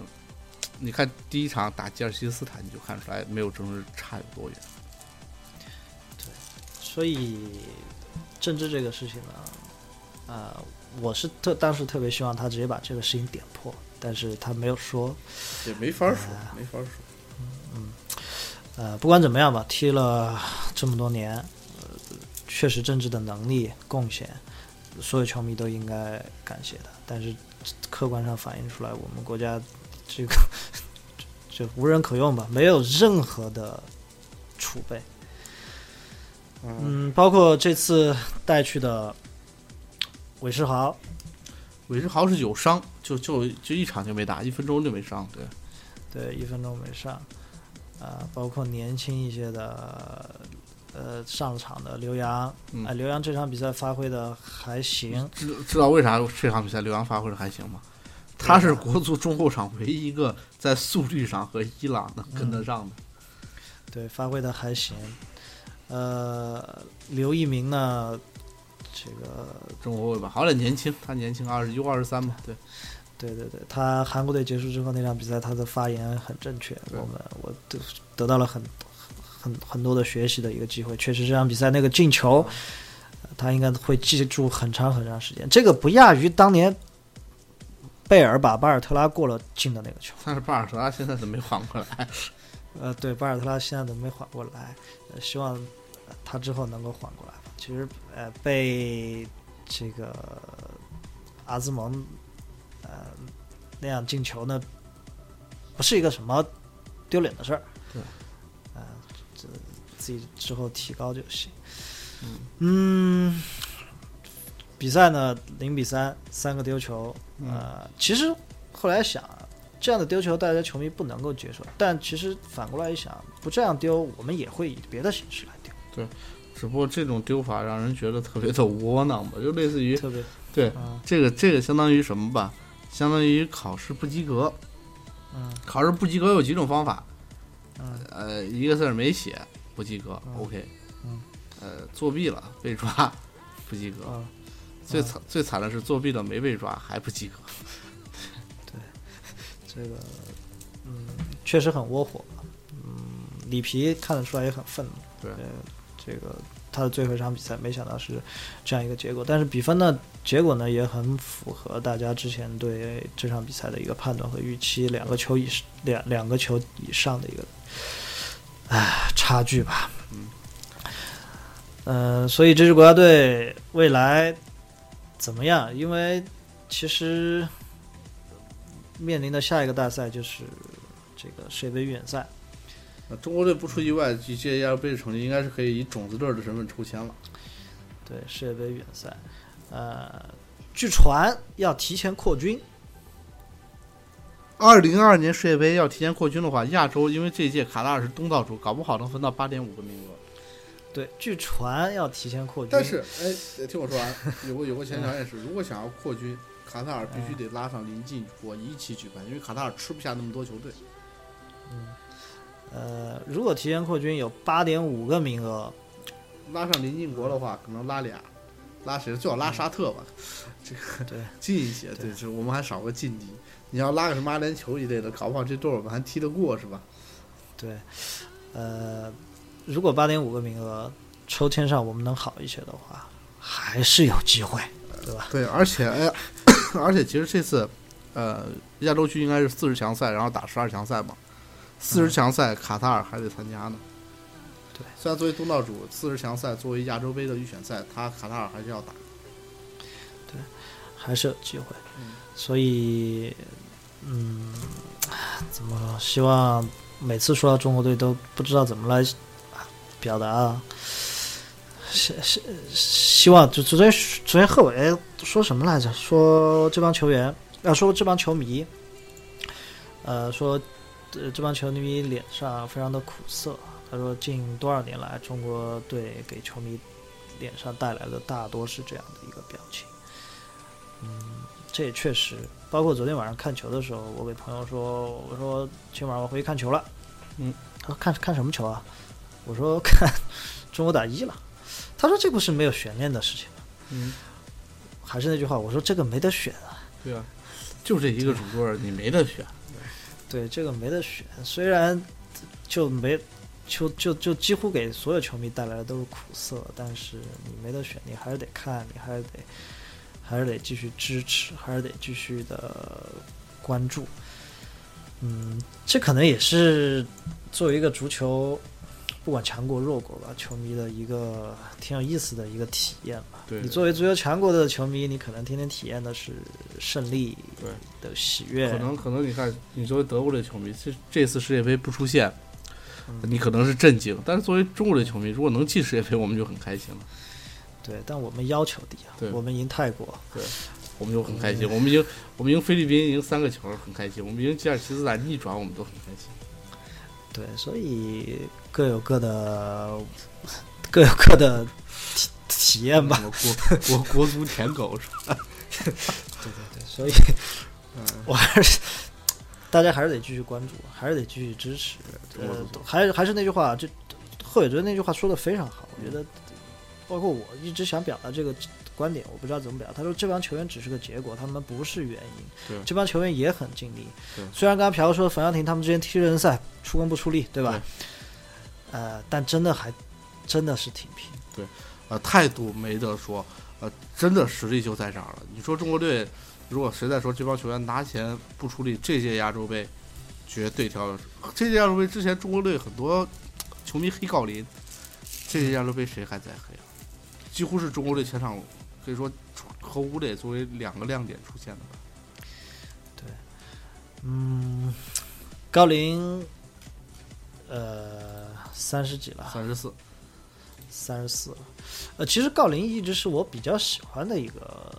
你看第一场打吉尔吉斯斯坦，你就看出来没有争日差有多远。所以政治这个事情呢，呃，我是特当时特别希望他直接把这个事情点破，但是他没有说。也没法说，没法说。呃，不管怎么样吧，踢了这么多年，呃，确实政治的能力贡献，所有球迷都应该感谢他。但是客观上反映出来，我们国家这个就无人可用吧，没有任何的储备。嗯，包括这次带去的韦世豪，韦世豪是有伤，就就就一场就没打，一分钟就没伤。对，对，一分钟没上，啊、包括年轻一些的，呃，上场的刘洋，啊、嗯刘洋这场比赛发挥的还行，知知道为啥这场比赛刘洋发挥的还行吗？他是国足中后场唯一一个在速率上和伊朗能跟得上的。对，发挥的还行，呃，刘一鸣呢，这个，中国后卫吧，好歹年轻，他年轻二十一、二十三嘛，对，对对对，他韩国队结束之后那场比赛，他的发言很正确，对我们我得得到了很很很多的学习的一个机会，确实这场比赛那个进球。他应该会记住很长很长时间。这个不亚于当年贝尔把巴尔特拉过了进的那个球。但是巴尔特拉现在怎么没缓过来？ 呃，对，巴尔特拉现在都没缓过来，呃希望呃他之后能够缓过来吧。其实，呃，被这个阿兹蒙呃那样进球呢，不是一个什么丢脸的事儿。对，呃，这自己之后提高就行。嗯嗯，比赛呢，零比三，三个丢球。呃，其实后来想，这样的丢球大家球迷不能够接受，但其实反过来一想，不这样丢，我们也会以别的形式来丢，只不过这种丢法让人觉得特别的窝囊吧，就类似于特别对嗯这个这个相当于什么吧，相当于考试不及格。嗯考试不及格有几种方法，嗯呃，一个字儿没写不及格、嗯 o k 嗯，呃，作弊了被抓不及格，嗯，最惨最惨的是作弊了没被抓还不及格。这个嗯确实很窝火吧，嗯，里皮看得出来也很愤怒，对呃，这个他的最后一场比赛没想到是这样一个结果，但是比分呢结果呢也很符合大家之前对这场比赛的一个判断和预期，两个球以两两个球以上的一个唉差距吧。嗯，所以这支国家队未来怎么样？因为其实面临的下一个大赛就是这个世界杯预选赛。那中国队不出意外，以这届亚洲杯的成绩，应该是可以以种子队的身份抽签了。对世界杯预选赛，呃，据传要提前扩军，二零二二年世界杯要提前扩军的话，亚洲因为这一届卡塔尔是东道主，搞不好能分到八点五个名额。对，据传要提前扩军，但是哎，听我说完，有个有个前条件是，如果想要扩军，卡塔尔必须得拉上邻近国一起举办，因为卡塔尔吃不下那么多球队。呃，如果提前扩军有八点五个名额，拉上邻近国的话，可能拉俩，拉谁？最好拉沙特吧，对，近一些。对，是我们还少个劲敌。你要拉个什么阿联酋一类的，搞不好这队我们还踢得过，是吧？对，呃，如果八点五个名额抽签上我们能好一些的话，还是有机会，对吧？对，而且哎呀，而且其实这次，呃，亚洲区应该是四十强赛，然后打十二强赛嘛。四嗯十强赛卡塔尔还得参加呢。对，虽然作为东道主，四十强赛作为亚洲杯的预选赛，他卡塔尔还是要打。还是有机会嗯。所以，嗯，怎么说？希望每次说到中国队都不知道怎么来表达啊。希希希望就昨天昨天贺炜说什么来着？说这帮球员啊，说这帮球迷，呃，说呃这帮球迷脸上非常的苦涩。他说，近多少年来，中国队给球迷脸上带来的大多是这样的一个表情。这也确实，包括昨天晚上看球的时候，我给朋友说，我说今晚我回去看球了，嗯，他说看看什么球啊？我说看中国打一了，他说这不是没有悬念的事情吗，嗯，还是那句话，我说这个没得选啊，对啊，就这一个主队儿，你没得选。对，这个没得选，虽然就没。就就就几乎给所有球迷带来的都是苦涩，但是你没得选，你还是得看，你还是得还是得继续支持，还是得继续的关注。嗯，这可能也是作为一个足球，不管强国弱国吧，球迷的一个挺有意思的一个体验吧。对你作为足球强国的球迷，你可能天天体验的是胜利对的喜悦，可能可能你看，你作为德国队球迷，这这次世界杯不出现嗯，你可能是震惊；但是作为中国队球迷，如果能进世界杯，我们就很开心了，对，但我们要求低啊对，我们赢泰国，我们就很开心。我们赢我们赢菲律宾赢三个球很开心，我们赢吉尔吉斯斯坦逆转我们都很开心。对，所以各有各的各有各的体体验吧。我国国国足舔狗是吧？对对对，所 以嗯，我还是大家还是得继续关注，还是得继续支持。我呃，还是还是那句话，这贺炜昨天那句话说的非常好，我觉嗯得包括我一直想表达这个观点，我不知道怎么表达。他说这帮球员只是个结果，他们不是原对因。这帮球员也很尽力对。虽然刚刚朴说冯潇霆他们之前踢热身赛出工不出力，对吧？呃，但真的还真的是挺拼。 呃，态度没得说，呃，真的实力就在这儿了。你说中国队，如果谁再说这帮球员拿钱不出力，这届亚洲杯绝对挑。这届亚洲杯之前，中国队很多球迷黑郜林，这届亚洲杯谁还在黑啊？几乎是中国队全场可以说出和吴磊作为两个亮点出现的吧。嗯，高龄，呃，三十几了，三十四，三十四了。呃，其实郜林一直是我比较喜欢的一个，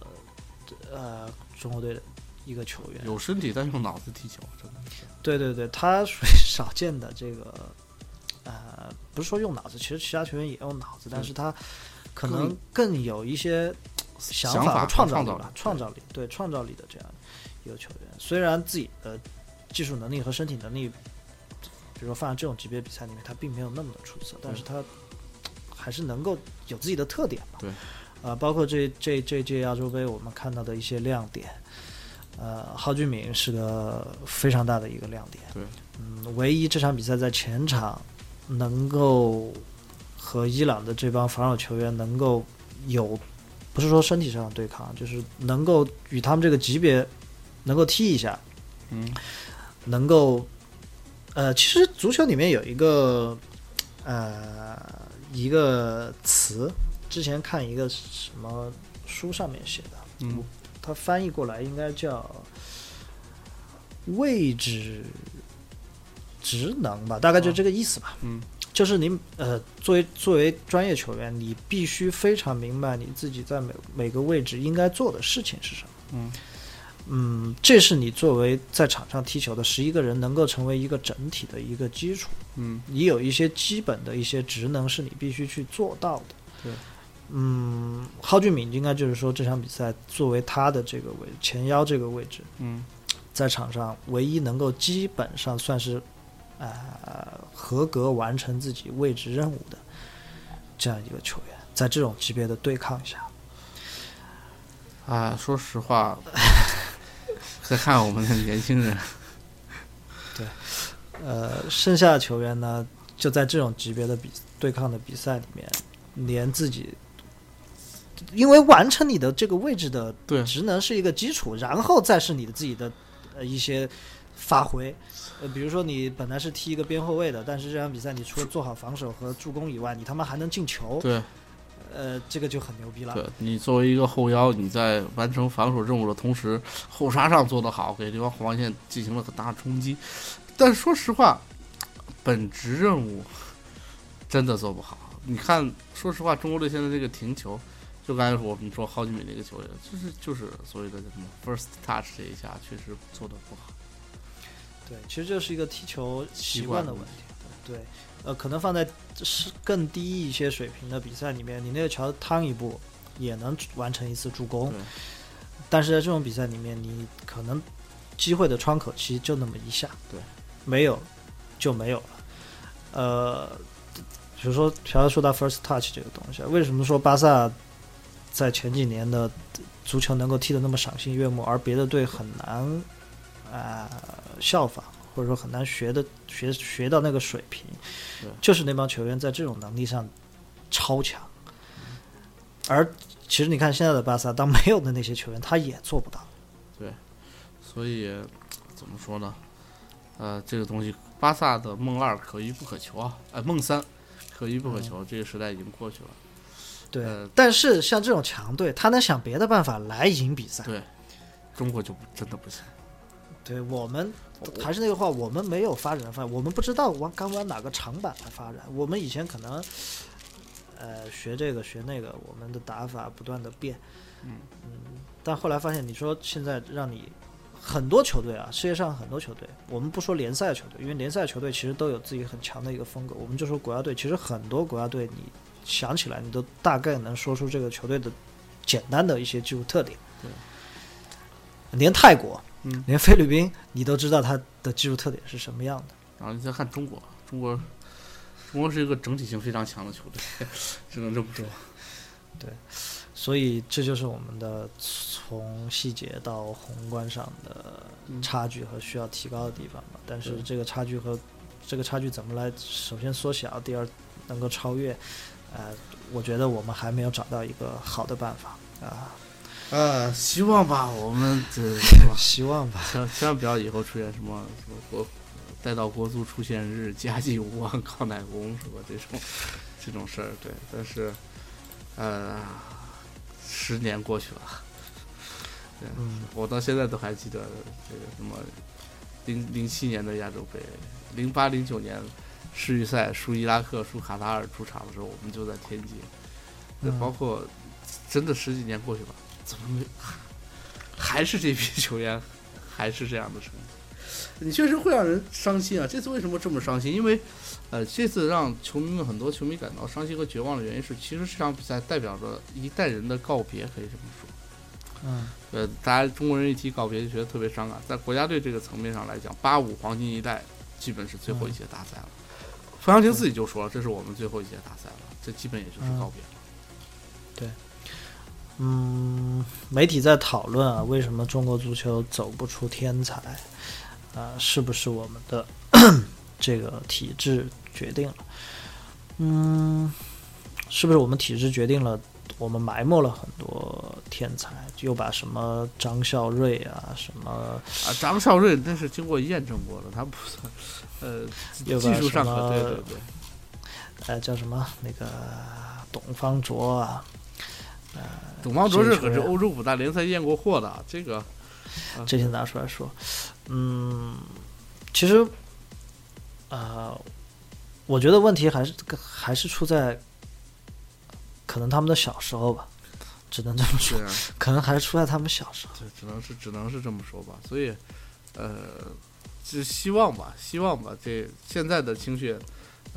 呃，中国队的一个球员。有身体但用脑子踢球，真的是。对对对，他属于少见的这个，呃，不是说用脑子，其实其他球员也用脑子，但是他可能更有一些想想法和和创造创力造吧力，创造力，对创造力的这样一个球员，虽然自己的技术能力和身体能力，比如说放在这种级别比赛里面，他并没有那么的出色，但是他还是能够有自己的特点吧。对，呃，包括这这这届亚洲杯我们看到的一些亮点，呃，蒿俊闵是个非常大的一个亮点。对，嗯，唯一这场比赛在前场能够和伊朗的这帮防守球员能够有，不是说身体上的对抗，就是能够与他们这个级别能够踢一下，嗯，能够，呃，其实足球里面有一个，呃，一个词，之前看一个什么书上面写的，嗯，它翻译过来应该叫位置职能吧，大概就这个意思吧。嗯，就是你呃，作为作为专业球员，你必须非常明白你自己在每每个位置应该做的事情是什么。嗯，嗯，这是你作为在场上踢球的十一个人能够成为一个整体的一个基础。嗯，你有一些基本的一些职能是你必须去做到的。对，嗯，蒿俊闵应该就是说这场比赛作为他的这个位前腰这个位置，嗯，在场上唯一能够基本上算是呃合格完成自己位置任务的这样一个球员，在这种级别的对抗下，啊，说实话， 再看我们的年轻人，呃，剩下的球员呢，就在这种级别的比对抗的比赛里面，连自己，因为完成你的这个位置的对职能是一个基础，然后再是你的自己的呃一些发挥。呃，比如说你本来是踢一个边后卫的，但是这场比赛你除了做好防守和助攻以外，你他妈还能进球，对呃，这个就很牛逼了。对，你作为一个后腰，你在完成防守任务的同时，后杀上做得好，给对方后防线进行了很大冲击。但说实话，本职任务真的做不好。你看，说实话，中国队现在这个停球，就刚才我们说蒿俊闵那个球员，就是就是所谓的什么 first touch 这一下，确实做得不好。对，其实就是一个踢球习习惯的惯的问问题。对，呃，可能放在是更低一些水平的比赛里面，你那个球趟一步也能完成一次助攻对，但是在这种比赛里面，你可能机会的窗口期就那么一下，对，没有就没有了。呃，比如说，朴要说到 first touch 这个东西啊，为什么说巴萨在前几年的足球能够踢得那么赏心悦目，而别的队很难啊、效仿，或者说很难学的学学到那个水平对，就是那帮球员在这种能力上超强。而其实你看现在的巴萨，当没有的那些球员，他也做不到。所以怎么说呢？呃，这个东西，巴萨的梦二可遇不可求啊，哎，梦三可遇不可求，这个时代已经过去了。对，呃但是像这种强队，他能想别的办法来赢比赛。对中国就不真的不行。对我们还是那个话，我们没有发展范，我们不知道往刚往哪个长板来发展。我们以前可能，呃，学这个学那个，我们的打法不断的变，嗯但后来发现，你说现在让你很多球队啊，世界上很多球队，我们不说联赛球队，因为联赛球队其实都有自己很强的一个风格，我们就说国家队，其实很多国家队你想起来，你都大概能说出这个球队的简单的一些技术特点。连泰国，嗯连菲律宾你都知道它的技术特点是什么样的。然后你再看中国，中国，中国是一个整体性非常强的球队， 只能这么说。所以这就是我们的从细节到宏观上的差距和需要提高的地方吧。但是对这个差距和这个差距怎么来？首先缩小，第二能够超越，呃，我觉得我们还没有找到一个好的办法啊、呃，希望吧，我们 这希望吧。千千万不要以后出现什么什么国，带到国足出现日家祭无望靠奶工什么这种这种事儿，对。但是，呃，十年过去了，嗯，我到现在都还记得这个什么零零七年的亚洲杯，零八零九年世预赛输伊拉克、输卡塔尔主场的时候，我们就在天津，对嗯包括真的十几年过去了，怎么没还是这批球员还是这样的成绩？你确实会让人伤心啊！这次为什么这么伤心？因为，呃，这次让球迷们很多球迷感到伤心和绝望的原因是，其实这场比赛代表着一代人的告别，可以这么说。嗯，呃，大家中国人一提告别就觉得特别伤感。在国家队这个层面上来讲，八五黄金一代基本是最后一届大赛了。嗯冯扬青自己就说了，这是我们最后一届大赛了，这基本也就是告别了。嗯，媒体在讨论啊，为什么中国足球走不出天才？啊、是不是我们的 这个体制决定了？嗯，是不是我们体制决定了我们埋没了很多天才，又把什么张笑瑞啊，什么啊，张少瑞那是经过验证过的，他不算，呃，又技把术什上可么对对对，呃叫什么那个董方卓啊，董方卓这是球可是员欧洲五大联赛验过货的，这个这些拿出来说，嗯，其实，啊、我觉得问题还是还是出在可能他们的小时候吧，只能这么说对，啊，可能还是出在他们小时候。对，只能是只能是这么说吧。所以，呃，只希望吧，希望吧。这现在的青训，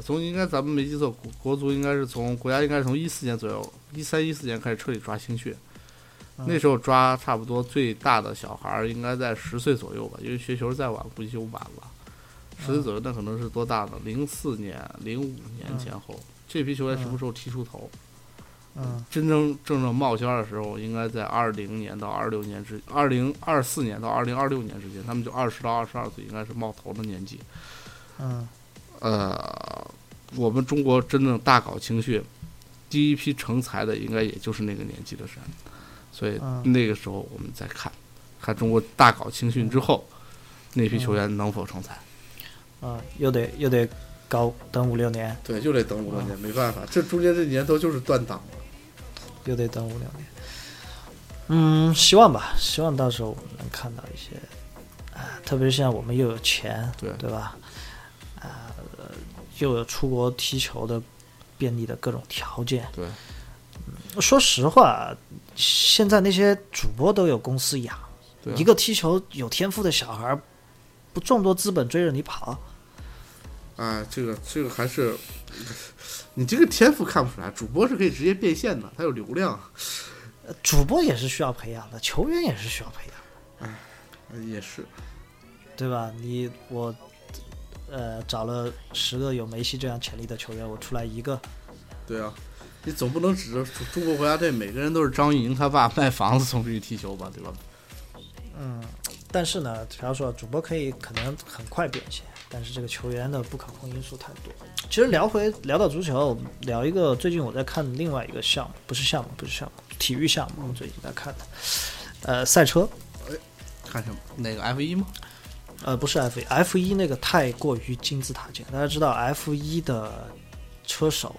从应该咱们没记错，国国足应该是从国家应该是从一四年左右，一三一四年开始彻底抓青训。嗯那时候抓差不多最大的小孩儿应该在十岁左右吧，因为学球再晚估计就晚了。十岁左右那可能是多大呢？零四年、零五年前后，这批球员什么时候踢出头？嗯真正正正冒尖儿的时候，应该在二零年到二六年之二零二四年到二零二六年之间，他们就二十到二十二岁，应该是冒头的年纪。嗯呃，我们中国真正大搞青训，第一批成才的应该也就是那个年纪的人，所以嗯那个时候我们再看，看中国大搞青训之后，那批球员能否成嗯才。啊，又得又得搞等五六年，对，就得等五啊六年，没办法，这中间这年头就是断档了。又得等五六年。嗯，希望吧，希望到时候我们能看到一些，啊，特别是现在我们又有钱，对对吧？啊、呃又有出国踢球的便利的各种条件。对，说实话，现在那些主播都有公司养，对啊、一个踢球有天赋的小孩儿，不众多资本追着你跑，啊，这个这个还是，你这个天赋看不出来，主播是可以直接变现的，他有流量，啊呃主播也是需要培养的，球员也是需要培养的。呃也是，对吧？你我，呃，找了十个有梅西这样潜力的球员，我出来一个，对啊，你总不能指着中中国国家队每个人都是张玉宁他爸卖房子从这里踢球吧，对吧？嗯，但是呢，只要说主播可以可能很快变现，但是这个球员的不可控因素太多。其实聊回聊到足球，聊一个最近我在看另外一个项目，不是项目，不是项目，体育项目，我最近在看的，呃，赛车，看什么？哪个 F 一吗？呃，不是 F 一，F 一那个太过于金字塔尖。大家知道 F 一的车手，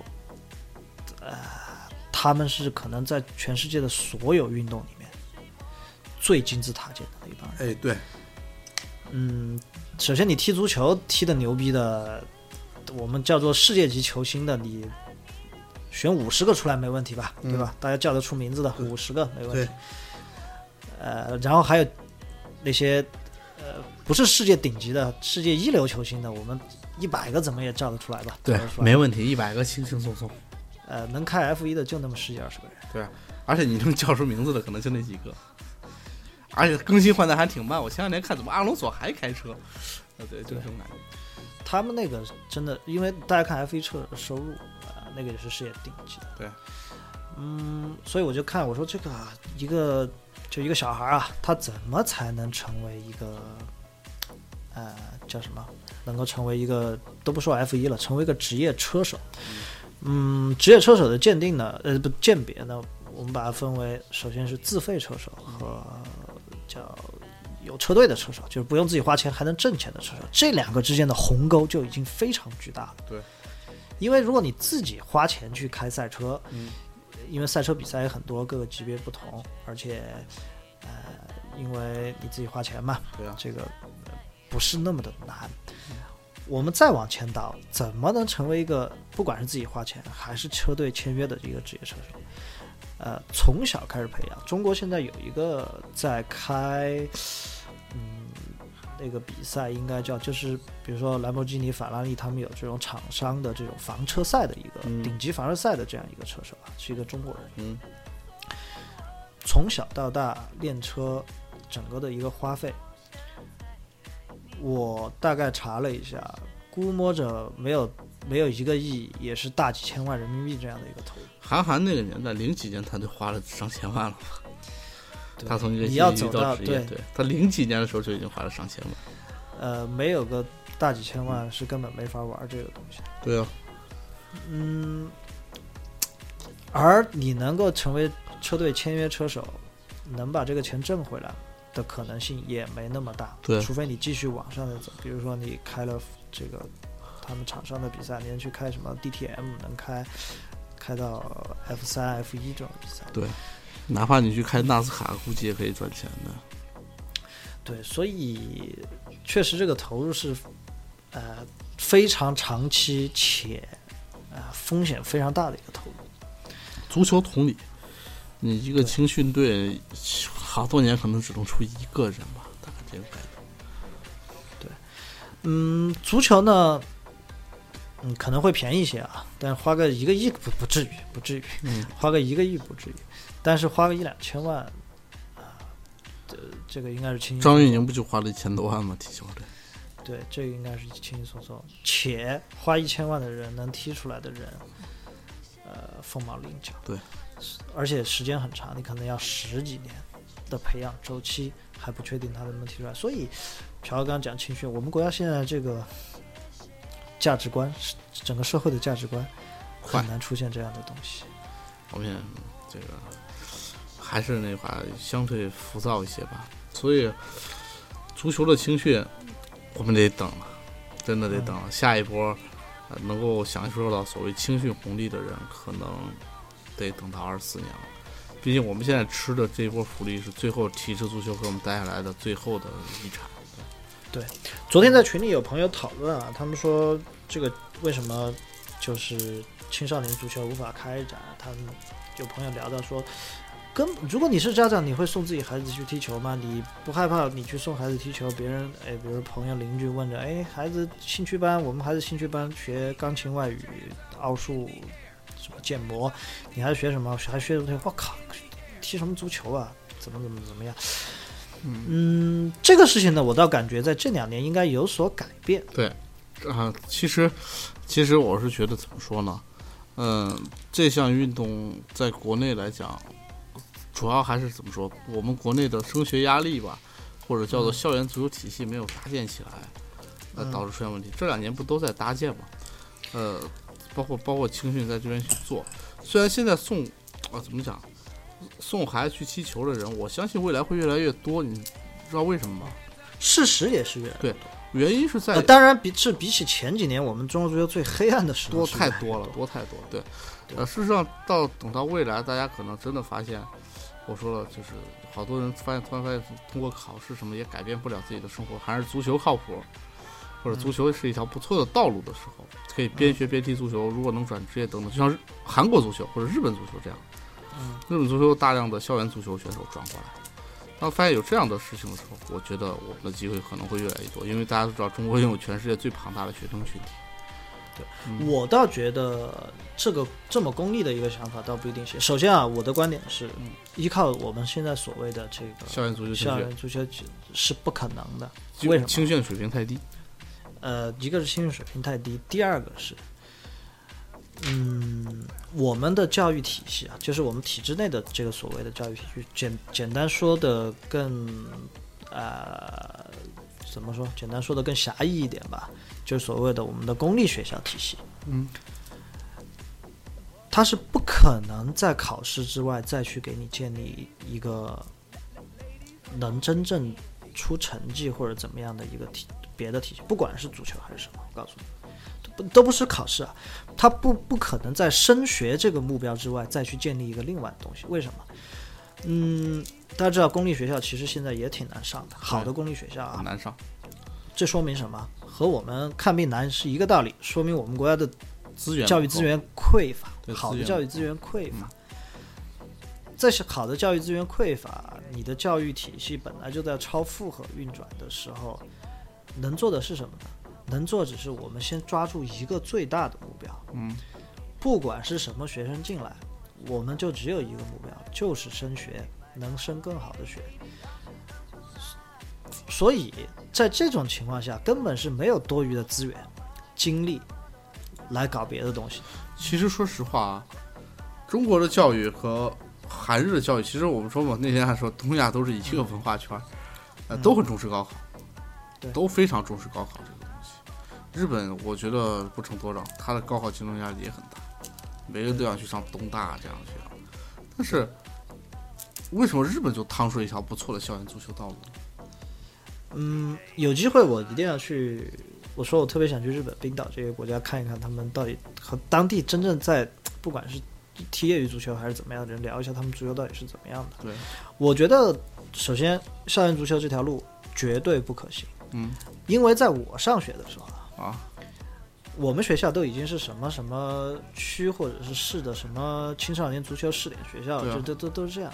呃，他们是可能在全世界的所有运动里面最金字塔尖的一帮人。哎，对，嗯，首先你踢足球踢的牛逼的，我们叫做世界级球星的，你选五十个出来没问题吧？对吧？大家叫得出名字的嗯对五十个没问对题。呃，然后还有那些呃不是世界顶级的、世界一流球星的，我们一百个怎么也叫得出来吧？叫得出来没问题，一百个轻轻松松。呃，能开 F 一的就那么十几二十个人。啊而且你能叫出名字的可能就那几个，而且更新换代还挺慢。我前两天看怎么阿隆索还开车，啊对，就是这种感觉。他们那个真的，因为大家看 F 一车手的收入啊、那个也是世界顶级的。对，嗯，所以我就看我说这个啊一个就一个小孩啊，他怎么才能成为一个呃叫什么，能够成为一个都不说 F 一了，成为一个职业车手。嗯，职业车手的鉴定呢，呃不鉴别呢，我们把它分为首先是自费车手和叫有车队的车手，就是不用自己花钱还能挣钱的车手，这两个之间的鸿沟就已经非常巨大了。对，因为如果你自己花钱去开赛车，嗯因为赛车比赛也很多，各个级别不同，而且呃，因为你自己花钱嘛，对啊，这个呃不是那么的难。我们再往前倒，怎么能成为一个不管是自己花钱还是车队签约的一个职业车手？呃，从小开始培养。中国现在有一个在开，嗯，那个比赛应该叫就是，比如说兰博基尼、法拉利，他们有这种厂商的这种房车赛的一个、嗯顶级房车赛的这样一个车手啊，是一个中国人。嗯，从小到大练车，整个的一个花费，我大概查了一下，估摸着没有没有一个亿，也是大几千万人民币这样的一个投入。韩寒那个年代，零几年他就花了上千万了，对他从一个你要业余走到到职业，对他零几年的时候就已经花了上千万。呃，没有个大几千万是根本没法玩这个东西。对啊，嗯，而你能够成为车队签约车手，能把这个钱挣回来的可能性也没那么大。对除非你继续往上的走，比如说你开了这个他们场上的比赛，你能去开什么 DTM，能开开到 F 三、F 一这种比赛。哪怕你去开纳斯卡，估计也可以赚钱的。对，所以确实这个投入是呃非常长期且呃风险非常大的一个投入。足球同理，你一对个青训队，好多年可能只能出一个人吧，大概这种感觉。嗯，足球呢，嗯，可能会便宜一些啊，但花个一个亿不不至于，不至于，嗯，花个一个亿不至于，但是花个一两千万，啊，这这个应该是轻轻松张玉宁不就花了一千多万吗？踢球队，对，这个应该是轻轻松松，且花一千万的人能踢出来的人，呃，凤毛麟角。对是，而且时间很长，你可能要十几年的培养周期，还不确定他能不能踢出来。所以，朴刚刚讲青训，我们国家现在这个价值观，是整个社会的价值观，快很难出现这样的东西。后面这个还是那话，相对浮躁一些吧。所以，足球的青训，我们得等了，真的得等了。下一波、呃能够享受到所谓青训红利的人，可能得等到二十四年了。毕竟我们现在吃的这一波福利是最后体制足球给我们带下来的最后的遗产。昨天在群里有朋友讨论啊，他们说这个为什么就是青少年足球无法开展？他们有朋友聊到说，根如果你是家长，你会送自己孩子去踢球吗？你不害怕你去送孩子踢球，别人哎，比如朋友邻居问着，哎，孩子兴趣班，我们孩子兴趣班学钢琴、外语、奥数、什么建模，你还学什么？还学足球？我靠，踢什么足球啊？怎么怎么怎么样？嗯，这个事情呢，我倒感觉在这两年应该有所改变。啊，其实，其实我是觉得怎么说呢？嗯，这项运动在国内来讲，主要还是怎么说？我们国内的升学压力吧，或者叫做嗯校园足球体系没有搭建起来，呃，嗯导致出现问题。这两年不都在搭建吗？呃，包括包括青训在这边去做，虽然现在送啊怎么讲，送孩子去踢球的人，我相信未来会越来越多。你知道为什么吗？事实也是越来越对原因是在呃，当然比是比起前几年我们中国足球最黑暗的时候多是太越来越多多了，多太多了。对，对呃，事实上到等到未来，大家可能真的发现，我说了，就是好多人发现突然发现，通过考试什么也改变不了自己的生活，还是足球靠谱，或者足球是一条不错的道路的时候，可以边学边踢足球，如果能转职业等等，就像日韩国足球或者日本足球这样，嗯日本足球有大量的校园足球选手转过来。当发现有这样的事情的时候，我觉得我们的机会可能会越来越多，因为大家都知道中国拥有全世界最庞大的学生群体。嗯我倒觉得这个这么功利的一个想法倒不一定行。首先啊，我的观点是，嗯依靠我们现在所谓的这校个园足球青校训园足球是不可能的。就为什么青训水平太低？呃，一个是薪水水平太低，第二个是，嗯，我们的教育体系啊，就是我们体制内的这个所谓的教育体系，简简单说的更，呃，怎么说？简单说的更狭义一点吧，就是所谓的我们的公立学校体系，嗯，它是不可能在考试之外再去给你建立一个能真正出成绩或者怎么样的一个体别的体系，不管是足球还是什么，我告诉你，都不都不是考试啊，它不不可能在升学这个目标之外再去建立一个另外的东西。为什么？嗯，大家知道公立学校其实现在也挺难上的，好的公立学校啊很，难上，这说明什么？和我们看病难是一个道理，说明我们国家的资源教育不够资，源匮乏对，好的资源嗯教不育资源匮乏。在是好的教育资源匮乏，你的教育体系本来就在超负荷运转的时候，能做的是什么呢？能做只是我们先抓住一个最大的目标，嗯，不管是什么学生进来，我们就只有一个目标，就是升学，能升更好的学。所以在这种情况下，根本是没有多余的资源、精力来搞别的东西。其实说实话啊，中国的教育和韩日的教育，其实我们说嘛，那天还说东亚都是一个文化圈，呃，嗯都很重视高考，对都非常重视高考这个东西。日本我觉得不成多少，他的高考竞争压力也很大，每个人嗯都想去上东大这样的学校，但是为什么日本就趟出了一条不错的校园足球道路？嗯，有机会我一定要去。我说我特别想去日本、冰岛这些国家看一看，他们到底和当地真正在，不管是踢业余足球还是怎么样的人聊一下，他们足球到底是怎么样的。对，我觉得首先校园足球这条路绝对不可行，嗯因为在我上学的时候啊，啊，我们学校都已经是什么什么区或者是市的什么青少年足球试点学校对了，啊就都都都是这样。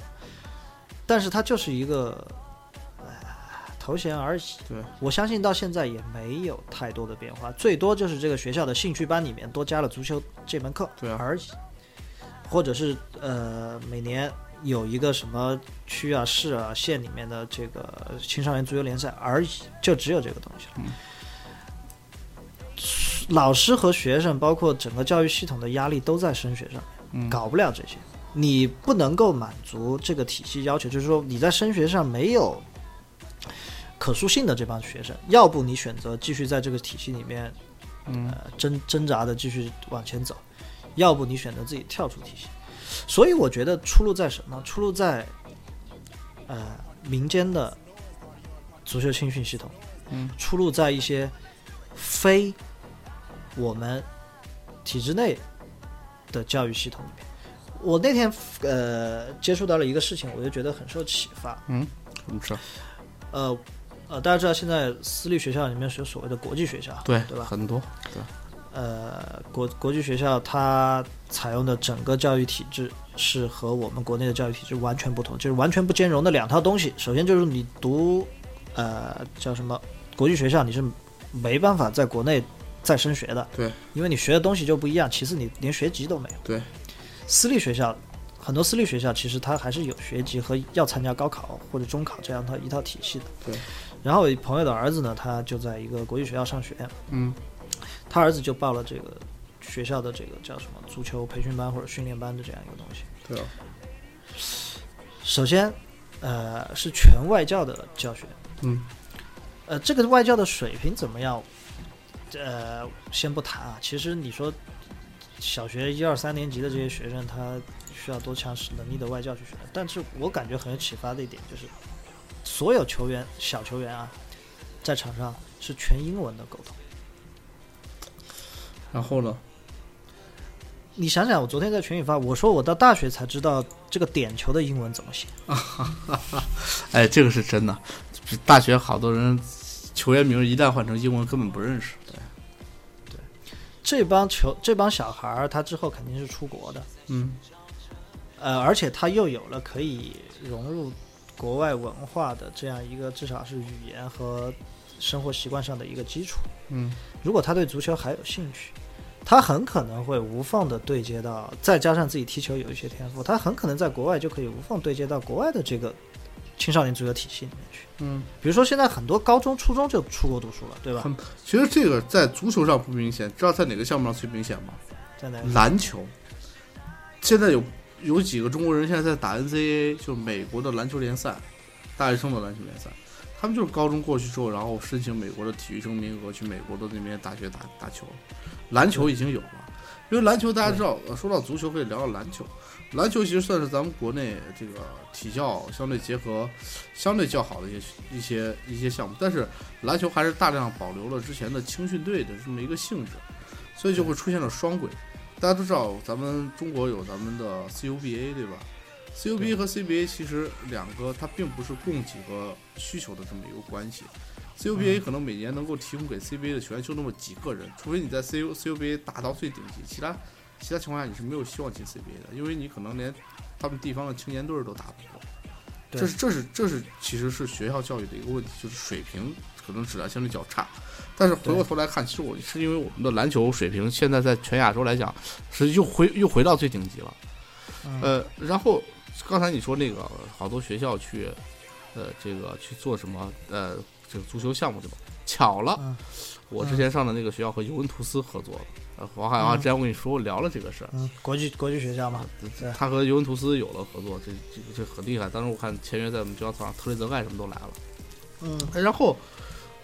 但是它就是一个、哎头衔而已。对，我相信到现在也没有太多的变化，最多就是这个学校的兴趣班里面多加了足球这门课对啊而已，或者是呃每年有一个什么区啊、市啊、县里面的这个青少年足球联赛而已，就只有这个东西了。嗯老师和学生，包括整个教育系统的压力都在升学上嗯面，搞不了这些。你不能够满足这个体系要求，就是说你在升学上没有可塑性的这帮学生，要不你选择继续在这个体系里面，嗯呃，挣挣扎的继续往前走，要不你选择自己跳出体系。所以我觉得出路在什么？出路在，呃，民间的足球青训系统，嗯，出路在一些非我们体制内的教育系统里面。我那天呃接触到了一个事情，我就觉得很受启发。怎嗯么吃？呃呃，大家知道现在私立学校里面是有所谓的国际学校，啊对，对吧？很多，呃，国国际学校它采用的整个教育体制是和我们国内的教育体制完全不同，就是完全不兼容的两套东西。首先就是你读呃叫什么国际学校，你是没办法在国内再升学的，对，因为你学的东西就不一样。其次，你连学籍都没有。对，私立学校很多私立学校其实它还是有学籍和要参加高考或者中考这样的一套体系的。对。然后我朋友的儿子呢，他就在一个国际学校上学，嗯，他儿子就报了这个学校的这个叫什么足球培训班或者训练班的这样一个东西。对啊，首先，呃，是全外教的教学，嗯，呃，这个外教的水平怎么样？呃，先不谈啊，其实你说小学一二三年级的这些学生，他需要多强能力的外教去学，但是我感觉很有启发的一点就是，所有球员小球员啊，在场上是全英文的沟通。然后呢？你想想，我昨天在群里发，我说我到大学才知道这个点球的英文怎么写。哎，这个是真的。大学好多人球员名一旦换成英文，根本不认识。这帮球这帮小孩儿，他之后肯定是出国的，嗯，呃，而且他又有了可以融入国外文化的这样一个至少是语言和生活习惯上的一个基础。嗯，如果他对足球还有兴趣，他很可能会无缝的对接到，再加上自己踢球有一些天赋，他很可能在国外就可以无缝对接到国外的这个青少年足球体系里面去。嗯，比如说现在很多高中、初中就出国读书了，对吧？很其实这个在足球上不明显，知道在哪个项目上最明显吗？在哪？篮球。现在有有几个中国人现在在打 NCAA，就是美国的篮球联赛，大学生的篮球联赛。他们就是高中过去之后，然后申请美国的体育生名额去美国的那边大学打打球。篮球已经有了，因为篮球大家知道，呃说到足球可以聊聊篮球。篮球其实算是咱们国内这个体教相对结合相对较好的一些一些一些项目，但是篮球还是大量保留了之前的青训队的这么一个性质，所以就会出现了双轨。大家都知道，咱们中国有咱们的 CUBA 对吧？CUBA 和 CBA 其实两个它并不是供给和需求的这么一个关系。CUBA 可能每年能够提供给 CBA 的球员就那么几个人，除非你在 CU CUBA 打到最顶级，其他其他情况下你是没有希望进 CBA 的，因为你可能连他们地方的青年队儿都打不过。对这是这是这是其实是学校教育的一个问题，就是水平可能质量相对较差。但是回过头来看，其实我是因为我们的篮球水平现在在全亚洲来讲是又回又回到最顶级了。嗯呃，然后刚才你说那个好多学校去，呃，这个去做什么呃这个足球项目对吧？巧了，嗯我之前上的那个学校和尤文图斯合作的。呃，黄海华嗯之前我跟你说，我聊了这个事儿。嗯，国际国际学校嘛，对啊他和尤文图斯有了合作，这这这很厉害。当时我看签约在我们学校草上，特雷泽盖什么都来了。嗯哎然后，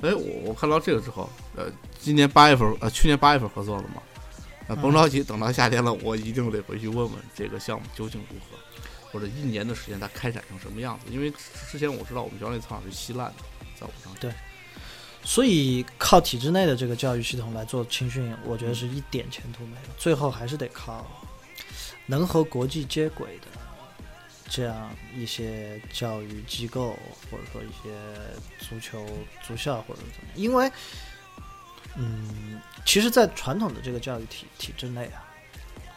哎，我我看到这个之后，呃，今年八月份，呃，去年八月份合作了嘛，呃，嗯甭着急，等到夏天了，我一定得回去问问这个项目究竟如何，或者一年的时间它开展成什么样子。因为之之前我知道我们学校那操场是稀烂的，在我们上对所以靠体制内的这个教育系统来做青训，我觉得是一点前途没有，最后还是得靠能和国际接轨的这样一些教育机构，或者说一些足球足校或者怎么样，因为嗯，其实，在传统的这个教育体体制内啊，